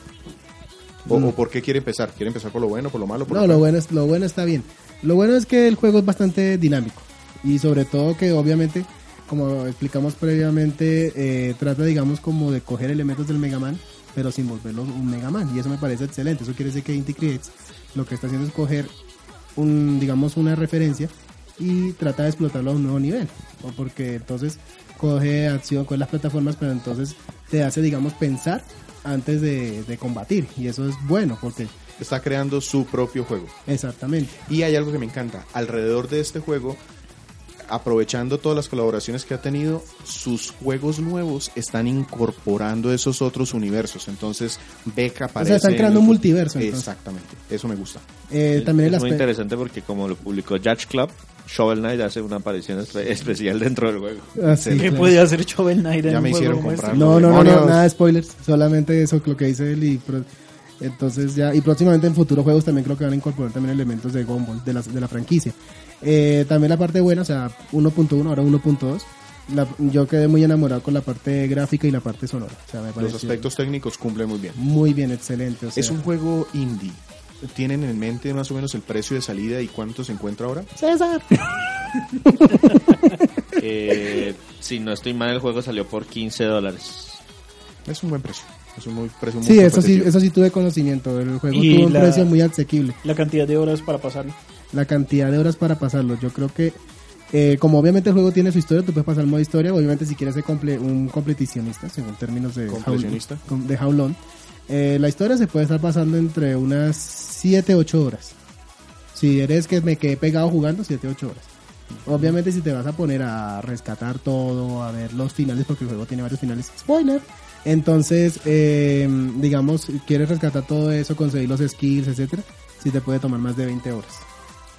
[SPEAKER 2] ¿O, o por qué quiere empezar? ¿Quiere empezar por lo bueno, por lo malo? Por
[SPEAKER 4] Mm. No,
[SPEAKER 2] lo-
[SPEAKER 4] lo bueno, es, lo bueno está bien. Lo bueno es que el juego es bastante dinámico. Y sobre todo que obviamente, como explicamos previamente, eh, trata digamos como de coger elementos del Mega Man, pero sin volverlo un Mega Man. Y eso me parece excelente. Eso quiere decir que Inti Creates lo que está haciendo es coger un, digamos, una referencia y trata de explotarlo a un nuevo nivel. O porque entonces coge acción con las plataformas, pero entonces te hace, digamos, pensar antes de, de combatir. Y eso es bueno, porque
[SPEAKER 2] Está creando su propio juego.
[SPEAKER 4] exactamente.
[SPEAKER 2] Y hay algo que me encanta. Alrededor de este juego, aprovechando todas las colaboraciones que ha tenido, sus juegos nuevos están incorporando esos otros universos. Entonces, Beca
[SPEAKER 4] sea,
[SPEAKER 2] aparece.
[SPEAKER 4] están
[SPEAKER 2] en
[SPEAKER 4] creando
[SPEAKER 2] el
[SPEAKER 4] un
[SPEAKER 2] fu-
[SPEAKER 4] multiverso, entonces.
[SPEAKER 2] Exactamente. Eso me gusta.
[SPEAKER 4] Eh, también el
[SPEAKER 3] es muy
[SPEAKER 4] aspecto.
[SPEAKER 3] interesante porque como lo publicó Judge Club, Shovel Knight hace una aparición espe- especial dentro del juego.
[SPEAKER 4] Ah, sí,
[SPEAKER 1] ¿Qué
[SPEAKER 4] claro.
[SPEAKER 1] puede hacer Chovel Knight en
[SPEAKER 2] Ya
[SPEAKER 1] un
[SPEAKER 2] me
[SPEAKER 1] juego
[SPEAKER 2] hicieron
[SPEAKER 1] como este?
[SPEAKER 2] comprar.
[SPEAKER 4] No, no, no, no,
[SPEAKER 2] Demonios.
[SPEAKER 4] nada de spoilers. Solamente eso, lo que dice él. Y pro- entonces ya, y próximamente en futuros juegos también creo que van a incorporar también elementos de Gumball, de la, de la franquicia. Eh, también la parte buena, o sea, 1.1, ahora 1.2. La- yo quedé muy enamorado con la parte gráfica y la parte sonora. O sea, me
[SPEAKER 2] Los
[SPEAKER 4] pareció
[SPEAKER 2] aspectos técnicos cumplen muy bien.
[SPEAKER 4] Muy bien, excelente. o sea,
[SPEAKER 2] Es un juego indie. ¿Tienen en mente más o menos el precio de salida y cuánto se encuentra ahora?
[SPEAKER 4] César.
[SPEAKER 3] Eh, si no estoy mal, el juego salió por 15 dólares.
[SPEAKER 2] Es un buen precio. Es un muy precio muy
[SPEAKER 4] Sí, eso sí,
[SPEAKER 2] competitivo.
[SPEAKER 4] eso sí tuve conocimiento. El juego
[SPEAKER 1] Y
[SPEAKER 4] tuvo un
[SPEAKER 1] la-
[SPEAKER 4] precio muy asequible.
[SPEAKER 1] La cantidad de horas para pasarlo.
[SPEAKER 4] la cantidad de horas para pasarlo. Yo creo que, eh, como obviamente el juego tiene su historia, tú puedes pasar modo historia. Obviamente, si quieres ser comple- un completicionista, según términos de
[SPEAKER 2] Completionista.
[SPEAKER 4] Jaul- de Jaulón, eh, la historia se puede estar pasando entre unas 7, 8 horas. Si eres que me quedé pegado jugando, 7, 8 horas. Obviamente, si te vas a poner a rescatar todo, a ver los finales, porque el juego tiene varios finales, spoiler. Entonces, eh, digamos, quieres rescatar todo eso, conseguir los skills, etcétera, si te puede tomar más de 20 horas.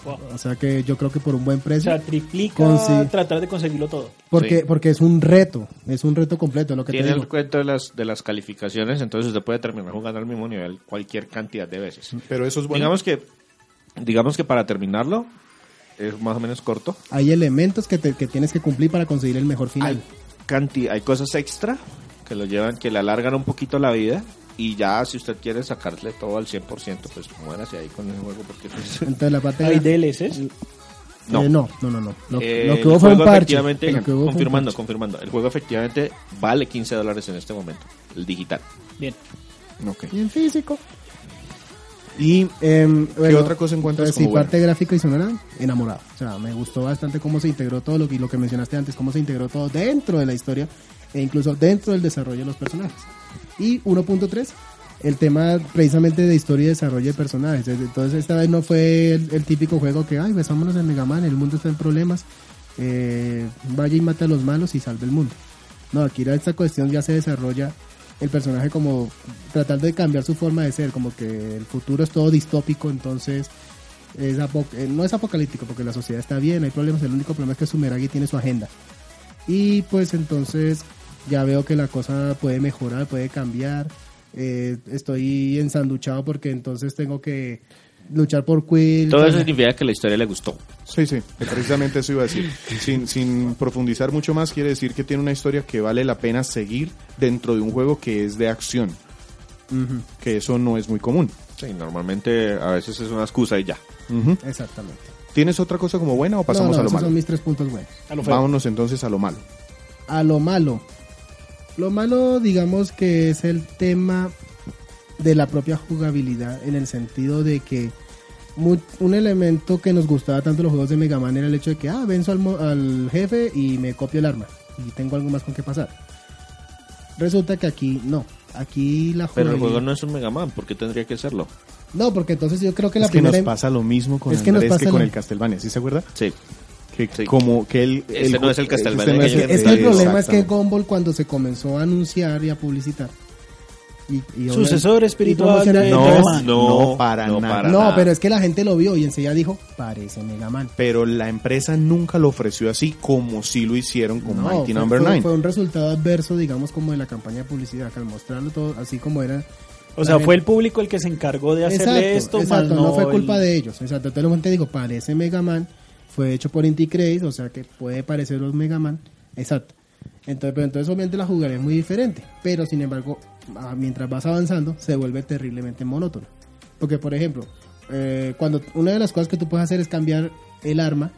[SPEAKER 1] Wow.
[SPEAKER 4] O sea que yo creo que por un buen
[SPEAKER 1] O
[SPEAKER 4] precio.
[SPEAKER 1] sea, triplica
[SPEAKER 4] Con- sí.
[SPEAKER 1] tratar de conseguirlo todo.
[SPEAKER 4] porque,
[SPEAKER 3] Sí.
[SPEAKER 4] porque es un reto, es un reto completo, lo que te
[SPEAKER 3] Tiene
[SPEAKER 4] digo.
[SPEAKER 3] el cuento de las, de las calificaciones, entonces usted puede terminar jugando al mismo nivel cualquier cantidad de veces.
[SPEAKER 2] Pero eso es bueno.
[SPEAKER 3] Digamos que digamos que para terminarlo es más o menos corto.
[SPEAKER 4] Hay elementos que, te- que tienes que cumplir para conseguir el mejor final.
[SPEAKER 3] Hay, canti- hay cosas extra que lo llevan, que le alargan un poquito la vida. Y ya, si usted quiere sacarle todo al 100%, pues muérase ahí con el juego. Porque pues,
[SPEAKER 4] Entonces la parte
[SPEAKER 1] Hay
[SPEAKER 4] de...
[SPEAKER 1] DLCs.
[SPEAKER 4] eh, no, no, no, no. Lo,
[SPEAKER 3] Eh,
[SPEAKER 4] lo
[SPEAKER 3] el
[SPEAKER 4] que hubo fue un
[SPEAKER 3] juego
[SPEAKER 4] parche.
[SPEAKER 3] efectivamente-
[SPEAKER 4] Lo que hubo fue un
[SPEAKER 3] confirmando,
[SPEAKER 4] parche.
[SPEAKER 3] confirmando. El juego efectivamente vale 15 dólares en este momento. El digital.
[SPEAKER 1] Bien.
[SPEAKER 2] Ok.
[SPEAKER 4] Y en físico. Y em, bueno,
[SPEAKER 2] otra cosa encuentras
[SPEAKER 4] entonces, sí,
[SPEAKER 2] como buena?
[SPEAKER 4] parte gráfica y sonora, enamorado. O sea, me gustó bastante cómo se integró todo lo que, lo que mencionaste antes, cómo se integró todo dentro de la historia e incluso dentro del desarrollo de los personajes. Y 1.3, el tema precisamente de historia y desarrollo de personajes. Entonces, esta vez no fue el, el típico juego que, ay, besámonos en Mega Man, el mundo está en problemas, eh, vaya y mata a los malos y salve el mundo. No, aquí era esta cuestión ya se desarrolla el personaje como tratar de cambiar su forma de ser, como que el futuro es todo distópico, entonces es apo- eh, no es apocalíptico porque la sociedad está bien, hay problemas, el único problema es que Sumeragi tiene su agenda. Y pues entonces ya veo que la cosa puede mejorar, puede cambiar. eh, estoy ensanduchado porque entonces tengo que luchar por Quill.
[SPEAKER 3] Todo eso
[SPEAKER 4] para-
[SPEAKER 3] significa que la historia le gustó.
[SPEAKER 2] Sí, sí, que precisamente eso iba a decir. Sin, sin profundizar mucho más, quiere decir que tiene una historia que vale la pena seguir dentro de un juego que es de acción,
[SPEAKER 4] Ujú,
[SPEAKER 2] que eso no es muy común.
[SPEAKER 3] Sí, normalmente a veces es una excusa y ya.
[SPEAKER 2] Ujú.
[SPEAKER 4] Exactamente.
[SPEAKER 2] ¿Tienes otra cosa como buena o pasamos
[SPEAKER 4] No, no,
[SPEAKER 2] a lo
[SPEAKER 4] esos son
[SPEAKER 2] malo?
[SPEAKER 4] mis tres puntos buenos.
[SPEAKER 1] A lo feo.
[SPEAKER 2] Vámonos entonces a lo malo.
[SPEAKER 4] a lo malo. Lo malo, digamos que es el tema de la propia jugabilidad, en el sentido de que mu- un elemento que nos gustaba tanto de los juegos de Mega Man era el hecho de que, ah, venzo al, mo- al jefe y me copio el arma, y tengo algo más con qué pasar. Resulta que aquí no, aquí la
[SPEAKER 3] Pero el juego
[SPEAKER 4] jugabilidad-
[SPEAKER 3] no es un Mega Man. ¿Por qué tendría que serlo?
[SPEAKER 4] No, porque entonces yo creo que la
[SPEAKER 2] Es que nos
[SPEAKER 4] primera...
[SPEAKER 2] pasa lo mismo con
[SPEAKER 4] Es que nos
[SPEAKER 2] Andrés que
[SPEAKER 4] pasa
[SPEAKER 2] con
[SPEAKER 4] lo-
[SPEAKER 2] el Castlevania, ¿sí se acuerda?
[SPEAKER 3] Sí.
[SPEAKER 2] Que
[SPEAKER 3] Sí.
[SPEAKER 2] como que él...
[SPEAKER 3] Este no es el
[SPEAKER 2] este
[SPEAKER 3] Castlevania
[SPEAKER 2] no
[SPEAKER 3] que
[SPEAKER 2] es
[SPEAKER 3] yo
[SPEAKER 4] Es,
[SPEAKER 3] Siempre,
[SPEAKER 4] es que el problema es que
[SPEAKER 2] Exactamente.
[SPEAKER 4] Gumball cuando se comenzó a anunciar y a publicitar. y- y ahora-
[SPEAKER 1] Sucesor
[SPEAKER 4] y
[SPEAKER 1] espiritual de
[SPEAKER 4] promocionar-
[SPEAKER 2] No,
[SPEAKER 1] Mega
[SPEAKER 2] no,
[SPEAKER 1] Man.
[SPEAKER 2] para nada.
[SPEAKER 4] No, pero es que la gente lo vio y enseguida dijo, parece Mega Man.
[SPEAKER 2] Pero la empresa nunca lo ofreció así como sí lo hicieron con
[SPEAKER 4] No,
[SPEAKER 2] Mighty
[SPEAKER 4] fue-
[SPEAKER 2] Number
[SPEAKER 4] fue,
[SPEAKER 2] 9.
[SPEAKER 4] fue un resultado adverso, digamos, como de la campaña de publicidad, que al mostrarlo todo así como era.
[SPEAKER 1] O sea,
[SPEAKER 4] la
[SPEAKER 1] fue
[SPEAKER 4] gente-
[SPEAKER 1] el público el que se encargó de hacerle esto. más
[SPEAKER 4] exacto, no fue
[SPEAKER 1] el-
[SPEAKER 4] culpa de ellos. Exacto, entonces la gente dijo, parece Mega Man, fue hecho por Inti Craze, o sea que puede parecer un Mega Man. Exacto. Entonces, pero entonces obviamente la jugabilidad es muy diferente, pero sin embargo, ah, mientras vas avanzando, se vuelve terriblemente monótono. Porque, por ejemplo, eh, cuando una de las cosas que tú puedes hacer es cambiar el arma,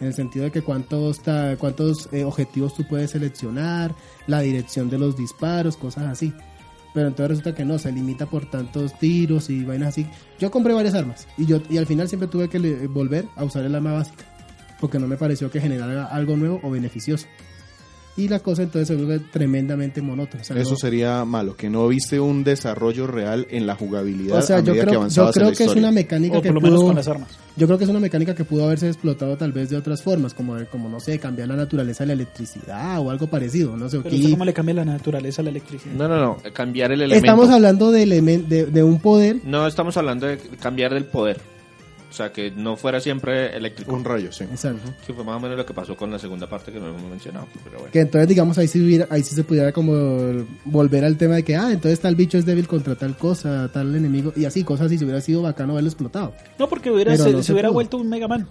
[SPEAKER 4] en el sentido de que cuántos, ta- cuántos eh, objetivos tú puedes seleccionar, la dirección de los disparos, cosas así. Pero entonces resulta que no, se limita por tantos tiros y vainas así. Yo compré varias armas y yo y al final siempre tuve que le- volver a usar el arma básica, porque no me pareció que generara algo nuevo o beneficioso. Y la cosa entonces se vuelve tremendamente monótona. o sea,
[SPEAKER 2] Eso
[SPEAKER 4] no-
[SPEAKER 2] sería malo, que no viste un desarrollo real en la jugabilidad
[SPEAKER 4] o sea,
[SPEAKER 2] a
[SPEAKER 4] yo
[SPEAKER 2] medida que
[SPEAKER 4] creo, yo
[SPEAKER 2] avanzabas en
[SPEAKER 4] creo
[SPEAKER 2] la
[SPEAKER 4] que es
[SPEAKER 2] historia.
[SPEAKER 4] una mecánica
[SPEAKER 1] O
[SPEAKER 4] que
[SPEAKER 1] por lo menos
[SPEAKER 4] pudo-
[SPEAKER 1] con las armas.
[SPEAKER 4] yo creo que es una mecánica que pudo haberse explotado tal vez de otras formas, como, de- como no sé, cambiar la naturaleza de la electricidad o algo parecido, no sé.
[SPEAKER 1] Pero
[SPEAKER 4] aquí-
[SPEAKER 1] usted cómo le cambia la naturaleza a la electricidad.
[SPEAKER 3] No, no, no. Cambiar el elemento.
[SPEAKER 4] Estamos hablando de, elemen- de, de un poder,
[SPEAKER 3] No estamos hablando de cambiar del poder. O sea, que no fuera siempre eléctrico.
[SPEAKER 2] Un rayo, sí.
[SPEAKER 4] exacto,
[SPEAKER 3] Que fue más o menos lo que pasó con la segunda parte que no hemos mencionado. Pero bueno.
[SPEAKER 4] que entonces digamos ahí sí, hubiera- ahí sí se pudiera como volver al tema de que, ah, entonces tal bicho es débil contra tal cosa, tal enemigo, y así, cosas así, se hubiera sido bacano verlo explotado.
[SPEAKER 1] No, porque hubiera,
[SPEAKER 4] Pero
[SPEAKER 1] se,
[SPEAKER 4] no
[SPEAKER 1] se
[SPEAKER 4] se
[SPEAKER 1] hubiera
[SPEAKER 4] pudo.
[SPEAKER 1] vuelto un Mega Man.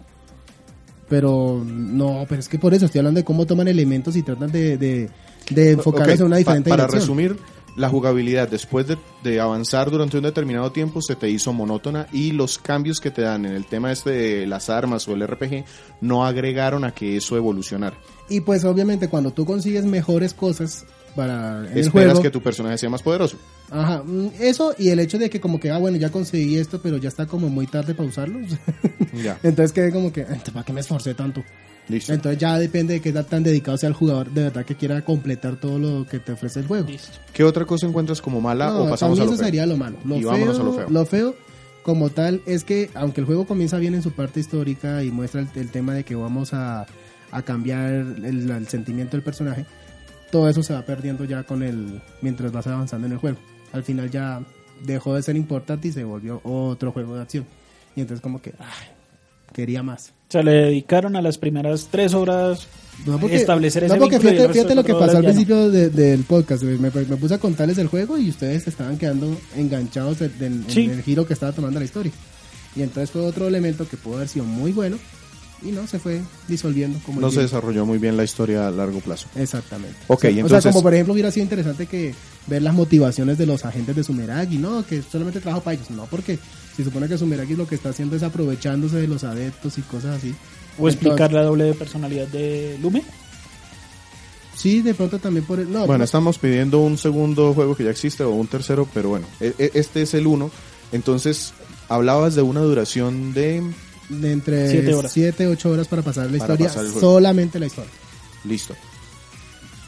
[SPEAKER 4] Pero no, pero es que por eso estoy hablando de cómo toman elementos y tratan de, de, de enfocarlos
[SPEAKER 2] Ok,
[SPEAKER 4] en una
[SPEAKER 2] pa-
[SPEAKER 4] diferente
[SPEAKER 2] Para
[SPEAKER 4] dirección.
[SPEAKER 2] resumir, la jugabilidad después de, de avanzar durante un determinado tiempo se te hizo monótona y los cambios que te dan en el tema este de las armas o el RPG no agregaron a que eso evolucionara.
[SPEAKER 4] Y pues obviamente cuando tú consigues mejores cosas para en el
[SPEAKER 2] Esperas
[SPEAKER 4] juego,
[SPEAKER 2] que tu personaje sea más poderoso.
[SPEAKER 4] ajá, mm, eso y el hecho de que como que ah bueno, ya conseguí esto, pero ya está como muy tarde para usarlo.
[SPEAKER 2] Ya,
[SPEAKER 4] Entonces quedé como que, "Ay, ¿para qué me esforcé tanto?
[SPEAKER 2] listo.
[SPEAKER 4] Entonces ya depende de qué tan dedicado sea el jugador de verdad que quiera completar todo lo que te ofrece el juego.
[SPEAKER 2] ¿Qué otra cosa encuentras como mala
[SPEAKER 4] No,
[SPEAKER 2] o pasamos
[SPEAKER 4] para
[SPEAKER 2] a
[SPEAKER 4] mí
[SPEAKER 2] lo
[SPEAKER 4] eso
[SPEAKER 2] feo?
[SPEAKER 4] sería lo malo. Lo
[SPEAKER 2] Y
[SPEAKER 4] feo,
[SPEAKER 2] vámonos a lo feo.
[SPEAKER 4] como tal es que aunque el juego comienza bien en su parte histórica y muestra el, el tema de que vamos a, a cambiar el, el sentimiento del personaje, todo eso se va perdiendo ya con el mientras vas avanzando en el juego. Al final ya dejó de ser importante y se volvió otro juego de acción. Y entonces como que ay, quería más.
[SPEAKER 1] O sea, le dedicaron a las primeras tres horas
[SPEAKER 4] No, porque,
[SPEAKER 1] establecer
[SPEAKER 4] no,
[SPEAKER 1] ese
[SPEAKER 4] porque
[SPEAKER 1] vínculo y el
[SPEAKER 4] fíjate,
[SPEAKER 1] resto de
[SPEAKER 4] fíjate lo que
[SPEAKER 1] cuatro
[SPEAKER 4] pasó al
[SPEAKER 1] horas ya no.
[SPEAKER 4] principio de- del podcast. Me, me puse a contarles el juego y ustedes estaban quedando enganchados del, del-
[SPEAKER 1] Sí.
[SPEAKER 4] del giro que estaba tomando la historia. Y entonces fue otro elemento que pudo haber sido muy bueno y no se fue disolviendo. Como el
[SPEAKER 2] No se
[SPEAKER 4] hielo.
[SPEAKER 2] desarrolló muy bien la historia a largo plazo.
[SPEAKER 4] Exactamente.
[SPEAKER 2] Ok,
[SPEAKER 4] o sea, o sea,
[SPEAKER 2] entonces-
[SPEAKER 4] como por ejemplo hubiera sido interesante que ver las motivaciones de los agentes de Sumeragi, no, que solamente trabajo para ellos, no, porque se supone que Sumeragi lo que está haciendo es aprovechándose de los adeptos y cosas así.
[SPEAKER 1] O explicar
[SPEAKER 4] Entonces,
[SPEAKER 1] la doble personalidad de Lume.
[SPEAKER 4] Sí, de pronto también por el- no, pues,
[SPEAKER 2] Bueno,
[SPEAKER 4] pero-
[SPEAKER 2] estamos pidiendo un segundo juego que ya existe o un tercero, pero bueno, e- e- este es el uno. Entonces, hablabas de una duración de...
[SPEAKER 4] de entre
[SPEAKER 1] Siete horas.
[SPEAKER 4] 7 8 horas para pasar la
[SPEAKER 2] Para
[SPEAKER 4] historia,
[SPEAKER 2] pasar el juego.
[SPEAKER 4] solamente la historia.
[SPEAKER 2] Listo.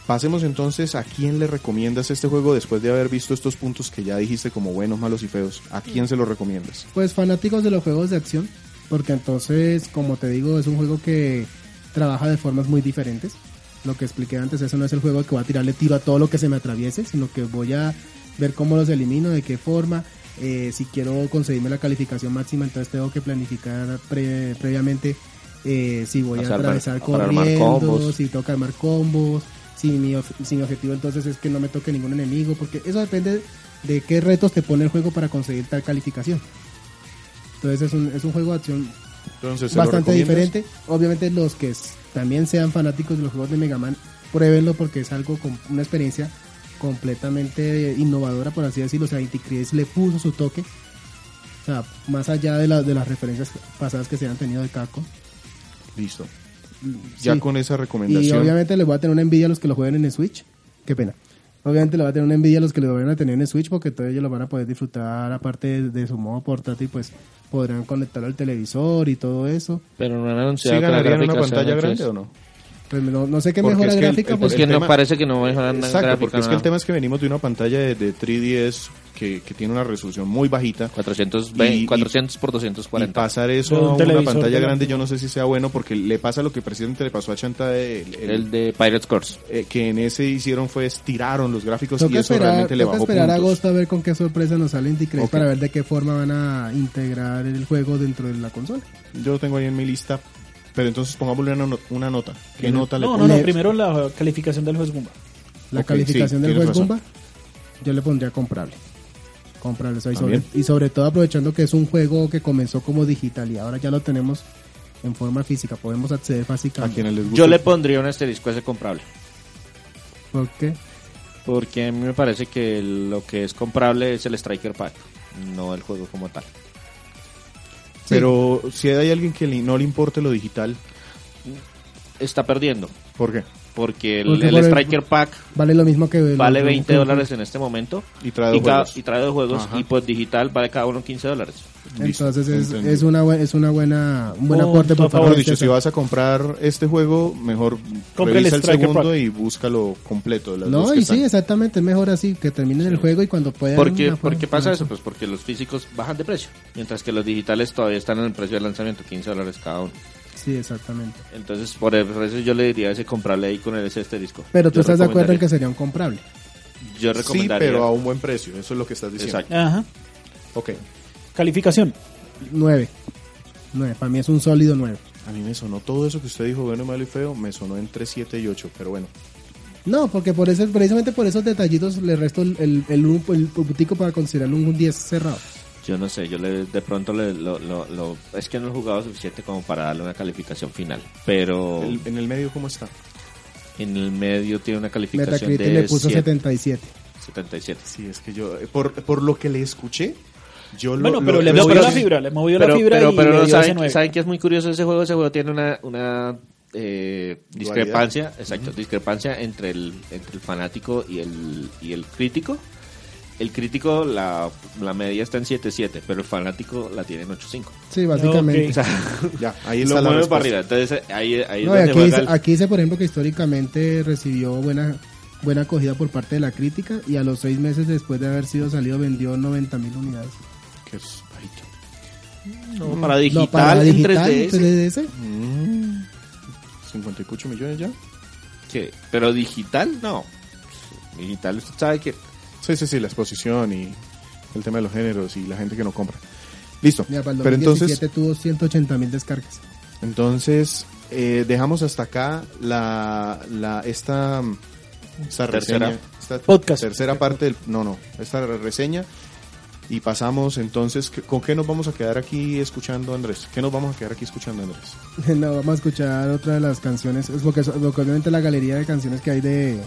[SPEAKER 2] Pasemos entonces a quién le recomiendas este juego después de haber visto estos puntos que ya dijiste como buenos, malos y feos. ¿A quién se lo recomiendas?
[SPEAKER 4] Pues fanáticos de los juegos de acción, porque entonces, como te digo, es un juego que trabaja de formas muy diferentes. Lo que expliqué antes, eso no es el juego que va a tirarle tiro a todo lo que se me atraviese, sino que voy a ver cómo los elimino, de qué forma. Eh, si quiero conseguirme la calificación máxima, entonces tengo que planificar pre- previamente eh, si voy a
[SPEAKER 3] Hacer-
[SPEAKER 4] atravesar
[SPEAKER 3] para armar
[SPEAKER 4] corriendo,
[SPEAKER 3] combos.
[SPEAKER 4] si toca armar combos, si mi, of- si mi objetivo entonces es que no me toque ningún enemigo, porque eso depende de qué retos te pone el juego para conseguir tal calificación. Entonces es un, es un juego de acción
[SPEAKER 2] Entonces, ¿se lo
[SPEAKER 4] bastante
[SPEAKER 2] recomiendas?
[SPEAKER 4] diferente. Obviamente los que s- también sean fanáticos de los juegos de Mega Man, pruébenlo porque es algo con una experiencia completamente innovadora, por así decirlo. O sea, Inti Creates le puso su toque. O sea, más allá de, la- de las referencias pasadas que se han tenido de Capcom.
[SPEAKER 2] Listo. Ya
[SPEAKER 4] Sí.
[SPEAKER 2] con esa
[SPEAKER 4] Y
[SPEAKER 2] recomendación.
[SPEAKER 4] obviamente les voy a tener una envidia a los que lo jueguen en el Switch. Qué pena. Obviamente le va a tener una envidia a los que lo van a tener en el Switch porque todos ellos lo van a poder disfrutar aparte de, de su modo portátil, pues podrán conectarlo al televisor y todo eso.
[SPEAKER 3] Pero no han anunciado
[SPEAKER 2] ¿Sí
[SPEAKER 3] que la
[SPEAKER 2] ganarían una
[SPEAKER 3] gráfica sea
[SPEAKER 2] pantalla
[SPEAKER 3] antes.
[SPEAKER 2] grande o no?
[SPEAKER 4] Pues no, no sé qué
[SPEAKER 2] Porque
[SPEAKER 4] mejora
[SPEAKER 2] es que el-
[SPEAKER 4] gráfica.
[SPEAKER 2] el-
[SPEAKER 4] pues,
[SPEAKER 3] Es que no
[SPEAKER 2] tema-
[SPEAKER 3] parece que no mejoran nada
[SPEAKER 2] Exacto, porque es que el
[SPEAKER 3] nada.
[SPEAKER 2] tema es que venimos de una pantalla de, de 3DS que, que tiene una resolución muy bajita. Y-
[SPEAKER 3] 420,
[SPEAKER 2] y-
[SPEAKER 3] 400 por
[SPEAKER 2] Y
[SPEAKER 3] 240.
[SPEAKER 2] pasar eso
[SPEAKER 1] De un
[SPEAKER 2] a una
[SPEAKER 1] televisor
[SPEAKER 2] pantalla
[SPEAKER 1] delante.
[SPEAKER 2] grande, yo no sé si sea bueno, porque le pasa lo que precisamente le pasó a Chanta, de- el- el-
[SPEAKER 3] el de Pirates Course.
[SPEAKER 2] eh, que en ese hicieron fue estiraron los gráficos y
[SPEAKER 4] Toca
[SPEAKER 2] Pues eso
[SPEAKER 4] esperar,
[SPEAKER 2] realmente le
[SPEAKER 4] toca
[SPEAKER 2] bajó
[SPEAKER 4] esperar a
[SPEAKER 2] puntos.
[SPEAKER 4] agosto a ver con qué sorpresa nos sale Inti Create
[SPEAKER 2] Ok.
[SPEAKER 4] para ver de qué forma van a integrar el juego dentro de la consola.
[SPEAKER 2] Yo lo tengo ahí en mi lista, pero entonces pongámosle una, no- una nota. ¿Qué nota le
[SPEAKER 1] No, no,
[SPEAKER 2] pones?
[SPEAKER 1] no,
[SPEAKER 4] Le-
[SPEAKER 1] primero la calificación del juez Gumba.
[SPEAKER 4] La
[SPEAKER 2] Ok,
[SPEAKER 4] calificación
[SPEAKER 2] sí,
[SPEAKER 4] del
[SPEAKER 2] tienes
[SPEAKER 4] juego
[SPEAKER 2] razón.
[SPEAKER 4] Gumba, yo le pondría comprable. Comprable, o sea, y sobre,
[SPEAKER 2] También.
[SPEAKER 4] y sobre todo aprovechando que es un juego que comenzó como digital y ahora ya lo tenemos en forma física, podemos acceder
[SPEAKER 2] A
[SPEAKER 4] fácilmente.
[SPEAKER 2] quienes les gusta.
[SPEAKER 3] Yo le pondría un asterisco a ese comprable.
[SPEAKER 4] ¿Por qué?
[SPEAKER 3] Porque a mí me parece que lo que es comprable es el Striker Pack, no el juego como tal.
[SPEAKER 2] Pero si hay alguien que le- no le importe lo digital,
[SPEAKER 3] Está perdiendo.
[SPEAKER 2] ¿por qué?
[SPEAKER 3] Porque el,
[SPEAKER 4] Porque
[SPEAKER 3] el
[SPEAKER 4] vale-
[SPEAKER 3] Striker Pack
[SPEAKER 4] Vale lo mismo que... el
[SPEAKER 3] vale
[SPEAKER 4] otro
[SPEAKER 3] 20
[SPEAKER 4] juego.
[SPEAKER 3] dólares en este momento.
[SPEAKER 2] Y trae dos
[SPEAKER 3] ca-
[SPEAKER 2] juegos.
[SPEAKER 3] y trae dos juegos.
[SPEAKER 2] Ajá.
[SPEAKER 3] Y pues digital vale cada uno 15 dólares.
[SPEAKER 2] Listo,
[SPEAKER 4] Entonces es,
[SPEAKER 2] entendí.
[SPEAKER 4] es una, bu- es una buena, un buen
[SPEAKER 1] Oh,
[SPEAKER 4] aporte, por
[SPEAKER 1] por
[SPEAKER 4] favor.
[SPEAKER 2] Ah, Mejor dicho, si
[SPEAKER 4] César.
[SPEAKER 2] vas a comprar este juego, mejor
[SPEAKER 1] Compre el
[SPEAKER 2] revisa el,
[SPEAKER 1] Striker
[SPEAKER 2] segundo
[SPEAKER 1] Pack.
[SPEAKER 2] y búscalo completo. las dos
[SPEAKER 4] No,
[SPEAKER 2] que
[SPEAKER 4] y
[SPEAKER 2] están.
[SPEAKER 4] sí, exactamente, es mejor así, que terminen el juego y cuando puedan...
[SPEAKER 3] ¿Por qué,
[SPEAKER 4] la
[SPEAKER 3] por qué
[SPEAKER 4] forma-
[SPEAKER 3] pasa eso? Pues porque los físicos bajan de precio. Mientras que los digitales todavía están en el precio de lanzamiento, 15 dólares cada uno.
[SPEAKER 4] Sí, exactamente.
[SPEAKER 3] Entonces, por eso yo le diría ese comprable ahí con el ese asterisco.
[SPEAKER 4] Pero tú
[SPEAKER 3] Yo
[SPEAKER 4] estás de acuerdo en que
[SPEAKER 3] recomendaría-
[SPEAKER 4] sería un comprable.
[SPEAKER 3] Yo
[SPEAKER 2] Sí,
[SPEAKER 3] recomendaría.
[SPEAKER 2] pero a un buen precio. Eso es lo que estás diciendo.
[SPEAKER 3] Exacto.
[SPEAKER 1] Ajá.
[SPEAKER 2] Ok.
[SPEAKER 1] Calificación.
[SPEAKER 4] 9. 9, para mí es un sólido 9.
[SPEAKER 2] A mí me sonó todo eso que usted dijo, bueno, malo y feo, me sonó entre 7 y 8, pero bueno.
[SPEAKER 4] No, porque por ese, precisamente por esos detallitos le resto el, el, el, un- el puntico para considerarlo un 10 cerrado.
[SPEAKER 3] Yo no sé, yo le, de pronto le- lo, lo- lo- es que no he jugado suficiente como para darle una calificación final. Pero
[SPEAKER 2] El- en el medio, ¿cómo está?
[SPEAKER 3] en el medio tiene una calificación
[SPEAKER 4] Metacritic
[SPEAKER 3] de
[SPEAKER 4] le puso
[SPEAKER 3] siete-
[SPEAKER 4] 77.
[SPEAKER 3] 77.
[SPEAKER 2] Sí, es que yo, eh, por, por lo que le escuché, yo lo...
[SPEAKER 1] Bueno,
[SPEAKER 2] lo-
[SPEAKER 1] pero le
[SPEAKER 2] lo-
[SPEAKER 1] movió
[SPEAKER 3] pero
[SPEAKER 1] la
[SPEAKER 3] sí.
[SPEAKER 1] fibra, le movió la
[SPEAKER 3] Pero,
[SPEAKER 1] fibra
[SPEAKER 3] pero,
[SPEAKER 1] y
[SPEAKER 3] pero
[SPEAKER 1] le dio
[SPEAKER 3] no
[SPEAKER 1] ese
[SPEAKER 3] saben,
[SPEAKER 1] nueve.
[SPEAKER 3] saben que es muy curioso ese juego. Ese juego tiene una, una eh, discrepancia, exacto, discrepancia entre el, entre el fanático y el, y el crítico. El crítico, la, la media está en 7.7, pero el fanático la tiene en 8.5.
[SPEAKER 4] Sí, básicamente.
[SPEAKER 3] O sea,
[SPEAKER 2] Ya, ahí
[SPEAKER 3] lo
[SPEAKER 2] está la
[SPEAKER 3] mueve
[SPEAKER 2] respuesta.
[SPEAKER 3] para arriba. Entonces, ahí, ahí es
[SPEAKER 4] No, y
[SPEAKER 3] donde
[SPEAKER 4] aquí,
[SPEAKER 3] juega
[SPEAKER 4] dice,
[SPEAKER 3] el-
[SPEAKER 4] aquí dice, por ejemplo, que históricamente recibió buena, buena acogida por parte de la crítica y a los 6 meses después de haber sido salido vendió 90 mil unidades.
[SPEAKER 2] Qué rarito.
[SPEAKER 3] No, para digital, pues
[SPEAKER 4] No, para
[SPEAKER 3] en
[SPEAKER 4] digital,
[SPEAKER 3] 3DS.
[SPEAKER 4] 3DS.
[SPEAKER 2] Mm, 58 millones ya.
[SPEAKER 3] ¿Qué? Pero digital, no. Digital, usted sabe que.
[SPEAKER 2] Sí, sí, sí, la exposición y el tema de los géneros y la gente que no compra. Listo.
[SPEAKER 4] Mira, para el
[SPEAKER 2] Pero
[SPEAKER 4] 2017
[SPEAKER 2] entonces,
[SPEAKER 4] tuvo 180 mil descargas.
[SPEAKER 2] entonces eh, dejamos hasta acá la, la esta, mm, esta
[SPEAKER 3] Tercera.
[SPEAKER 2] reseña. Esta
[SPEAKER 1] Podcast.
[SPEAKER 2] Tercera parte del... No, no, esta reseña. Y pasamos entonces, ¿qué- ¿con qué nos vamos a quedar aquí escuchando, Andrés? ¿Qué nos vamos a quedar aquí escuchando, Andrés?
[SPEAKER 4] No, vamos a escuchar otra de las canciones. Es porque, porque obviamente la galería de canciones que hay de,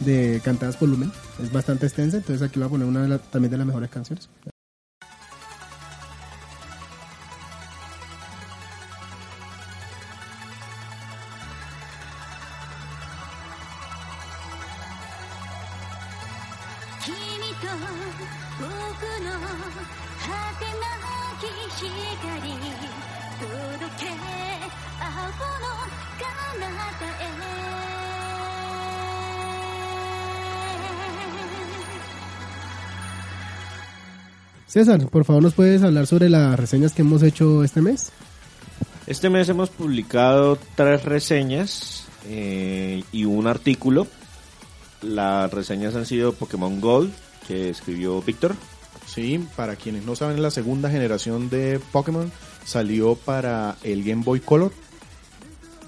[SPEAKER 4] de cantadas por Lumen es bastante extensa. Entonces aquí voy a poner una de la- también de las mejores canciones.
[SPEAKER 5] 「君と僕の果てなき光」「届け青の彼方へ」
[SPEAKER 4] César, por favor, ¿nos puedes hablar sobre las reseñas que hemos hecho este mes?
[SPEAKER 3] Este mes hemos publicado tres reseñas eh, y un artículo. Las reseñas han sido Pokémon Gold, que escribió Víctor.
[SPEAKER 2] Sí, para quienes no saben, la segunda generación de Pokémon salió para el Game Boy Color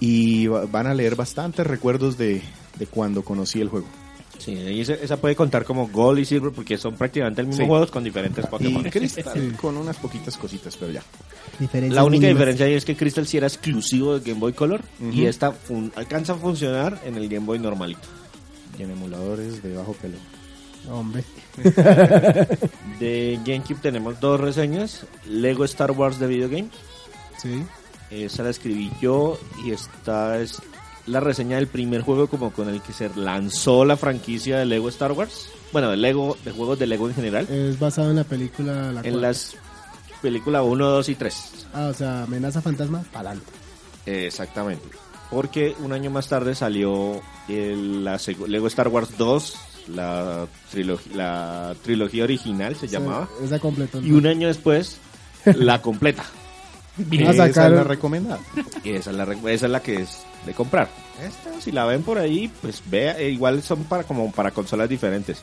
[SPEAKER 2] y va- van a leer bastantes recuerdos de, de cuando conocí el juego.
[SPEAKER 3] Sí, y esa, esa puede contar como Gold y Silver porque son prácticamente el mismo
[SPEAKER 2] Sí.
[SPEAKER 3] juego con diferentes
[SPEAKER 2] Y
[SPEAKER 3] Pokémon.
[SPEAKER 2] Crystal con unas poquitas cositas, pero ya.
[SPEAKER 4] Diferencias
[SPEAKER 3] La única
[SPEAKER 4] mínimas.
[SPEAKER 3] diferencia ahí es que Crystal sí era exclusivo de Game Boy Color y esta fun- alcanza a funcionar en el Game Boy normalito.
[SPEAKER 2] Y en emuladores de bajo pelo.
[SPEAKER 4] Hombre,
[SPEAKER 3] De GameCube tenemos dos reseñas. Lego Star Wars de videogame.
[SPEAKER 4] sí.
[SPEAKER 3] Esa la escribí yo y esta es la reseña del primer juego como con el que se lanzó la franquicia de Lego Star Wars. Bueno, de Lego, de juegos de Lego en general.
[SPEAKER 4] Es basado en la película la
[SPEAKER 3] en
[SPEAKER 4] cual-
[SPEAKER 3] las películas 1, 2 y 3.
[SPEAKER 4] Ah, o sea, Amenaza Fantasma, pa'lante.
[SPEAKER 3] Exactamente. Porque un año más tarde salió el- la segu- Lego Star Wars 2, la, trilog- la trilogía original se llamaba.
[SPEAKER 4] Esa completó.
[SPEAKER 3] Y un año después, la completa.
[SPEAKER 4] Van a
[SPEAKER 2] Esa es
[SPEAKER 4] sacar-
[SPEAKER 2] la recomendada.
[SPEAKER 3] Y esa es la, re- esa es la que es de comprar. Esta, si la ven por ahí, pues vea, eh, igual son para como para consolas diferentes.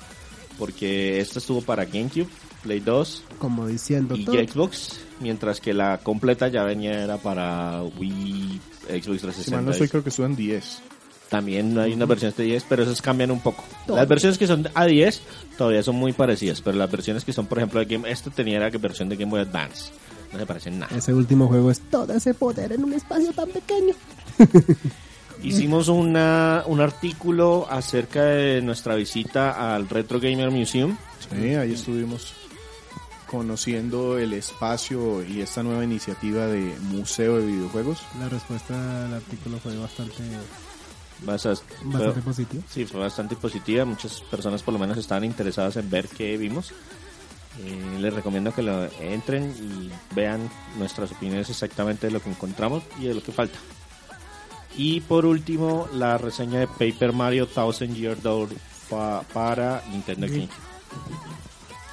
[SPEAKER 3] Porque esta estuvo para GameCube, Play 2
[SPEAKER 4] Como diciendo
[SPEAKER 3] y
[SPEAKER 4] todo.
[SPEAKER 3] Xbox, mientras que la completa ya venía era para Wii, Xbox 360.
[SPEAKER 2] Si mal no estoy, creo que suben 10.
[SPEAKER 3] También hay unas versiones de 10, pero esas cambian un poco. Las versiones que son a 10 todavía son muy parecidas, pero las versiones que son, por ejemplo, de Game, esta tenía la versión de Game Boy Advance. No se parecen nada.
[SPEAKER 4] Ese último juego es todo ese poder en un espacio tan pequeño.
[SPEAKER 3] Hicimos una, un artículo acerca de nuestra visita al Retro Gamer Museum.
[SPEAKER 2] Sí, ahí estuvimos conociendo el espacio y esta nueva iniciativa de Museo de Videojuegos.
[SPEAKER 4] La respuesta al artículo fue bastante,
[SPEAKER 3] Basas-
[SPEAKER 4] bastante
[SPEAKER 3] fue-
[SPEAKER 4] positiva.
[SPEAKER 3] sí, fue bastante positiva. Muchas personas por lo menos estaban interesadas en ver qué vimos. Eh, les recomiendo que lo entren y vean nuestras opiniones exactamente de lo que encontramos y de lo que falta. Y por último, la reseña de Paper Mario Thousand Year Door pa- para Nintendo King.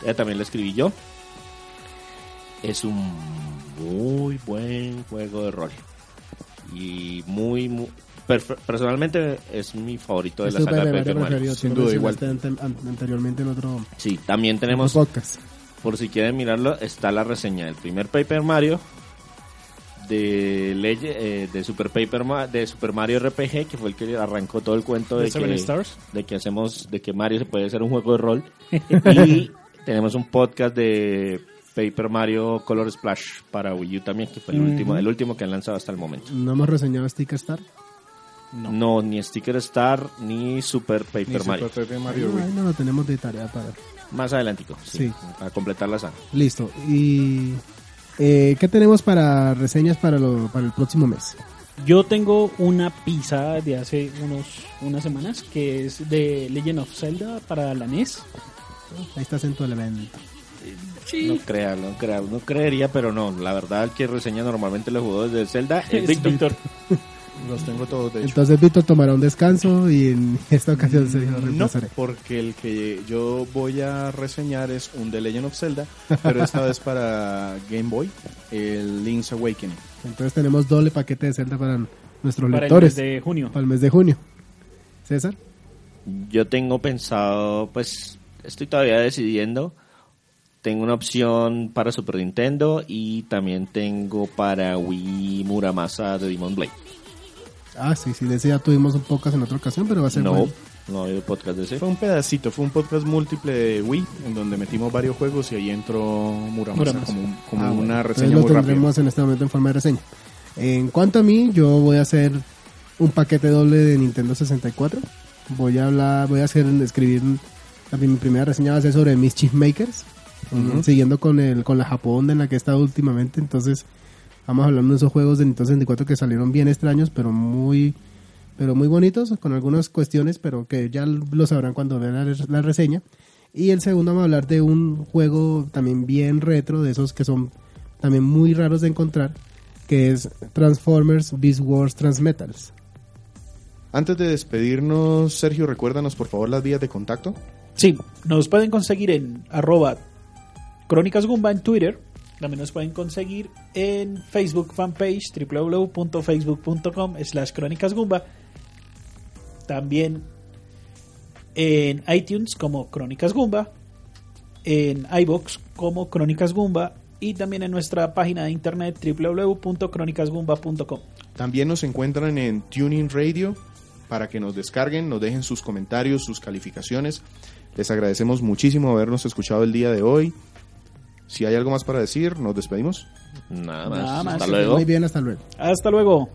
[SPEAKER 3] Ella también la escribí yo. Es un muy buen juego de rol. Y muy, mu- perfe- personalmente es mi favorito de la
[SPEAKER 4] Ese
[SPEAKER 3] saga de
[SPEAKER 4] Paper
[SPEAKER 3] Paper
[SPEAKER 4] Mario
[SPEAKER 3] Mario.
[SPEAKER 4] preferido, tú
[SPEAKER 2] sin
[SPEAKER 4] lo
[SPEAKER 2] duda, igual.
[SPEAKER 4] mencionaste este ante- an- anteriormente en otro
[SPEAKER 3] Sí, también tenemos
[SPEAKER 4] podcast.
[SPEAKER 3] por si quieren mirarlo, está la reseña del primer Paper Mario de Leye- eh, de Super Paper Ma- de Super Mario RPG que fue el que arrancó todo el cuento
[SPEAKER 1] ¿De
[SPEAKER 3] de
[SPEAKER 1] Seven
[SPEAKER 3] que,
[SPEAKER 1] Stars?
[SPEAKER 3] de que hacemos de que Mario se puede hacer un juego de rol y tenemos un podcast de Paper Mario Color Splash para Wii U también que fue el último el último que han lanzado hasta el momento
[SPEAKER 4] No hemos reseñado Sticker Star.
[SPEAKER 3] no, ni Sticker Star ni Super Paper
[SPEAKER 2] Ni
[SPEAKER 3] Mario
[SPEAKER 2] Super Paper Mario
[SPEAKER 4] Ahí no,
[SPEAKER 2] Wii.
[SPEAKER 4] ahí no lo tenemos de tarea para.
[SPEAKER 3] más adelantico sí,
[SPEAKER 4] Sí.
[SPEAKER 3] para completar la saga
[SPEAKER 4] Listo. ¿Y eh, qué tenemos para reseñas para, lo, para el próximo mes?
[SPEAKER 1] Yo tengo una pizza de hace unos, unas semanas que es de Legend of Zelda para la E NES.
[SPEAKER 4] Ahí estás en tu elemento.
[SPEAKER 3] No crea, no crea, no creería, pero no. La verdad, el que reseña normalmente los jugadores de Zelda es Víctor.
[SPEAKER 2] Los tengo todos, de hecho.
[SPEAKER 4] Entonces Víctor tomará un descanso y en esta ocasión se lo reemplazaré.
[SPEAKER 2] No, porque el que yo voy a reseñar es un The Legend of Zelda, pero esta vez para Game Boy, el Link's Awakening.
[SPEAKER 4] Entonces tenemos doble paquete de Zelda para nuestros
[SPEAKER 1] Para el mes
[SPEAKER 4] lectores
[SPEAKER 1] de junio.
[SPEAKER 4] para el mes de junio. César,
[SPEAKER 3] Yo tengo pensado, pues, estoy todavía decidiendo. Tengo una opción para Super Nintendo y también tengo para Wii Muramasa de Demon Blade.
[SPEAKER 4] ah sí, sí, de ese ya tuvimos un podcast en otra ocasión, pero va a ser
[SPEAKER 3] No,
[SPEAKER 4] bueno.
[SPEAKER 3] no hay podcast de ese.
[SPEAKER 2] Fue un pedacito, fue un podcast múltiple de Wii, en donde metimos varios juegos y ahí entró Muramasa,
[SPEAKER 1] Muramasa.
[SPEAKER 2] como, un- como
[SPEAKER 4] Ah, bueno,
[SPEAKER 2] una
[SPEAKER 4] entonces
[SPEAKER 2] reseña muy
[SPEAKER 4] lo
[SPEAKER 2] rápida.
[SPEAKER 4] tendremos en este momento en forma de reseña. En cuanto a mí, yo voy a hacer un paquete doble de Nintendo 64. Voy a hablar, voy a hacer escribir la- mi primera reseña va a ser sobre Mischief Makers, siguiendo con el con la Japón en la que he estado últimamente, entonces vamos hablando de esos juegos de Nintendo 64 que salieron bien extraños, pero muy pero muy bonitos, con algunas cuestiones, pero que ya lo sabrán cuando vean la, res- la reseña. Y el segundo vamos a hablar de un juego también bien retro, de esos que son también muy raros de encontrar, que es Transformers Beast Wars Transmetals.
[SPEAKER 2] Antes de despedirnos, Sergio, recuérdanos por favor las vías de contacto.
[SPEAKER 1] Sí, nos pueden conseguir en arroba Crónicas Gumba en Twitter. También nos pueden conseguir en Facebook fanpage www.facebook.com slash Crónicas Gumba. También en iTunes como Crónicas Gumba. En iBox como Crónicas Gumba. Y también en nuestra página de internet www.cronicasgumba.com.
[SPEAKER 2] También nos encuentran en Tuning Radio para que nos descarguen, nos dejen sus comentarios, sus calificaciones. Les agradecemos muchísimo habernos escuchado el día de hoy. Si hay algo más para decir, nos despedimos.
[SPEAKER 3] Nada más.
[SPEAKER 1] Nada más,
[SPEAKER 3] Hasta
[SPEAKER 1] que
[SPEAKER 3] luego.
[SPEAKER 4] Muy bien, hasta luego.
[SPEAKER 1] Hasta luego.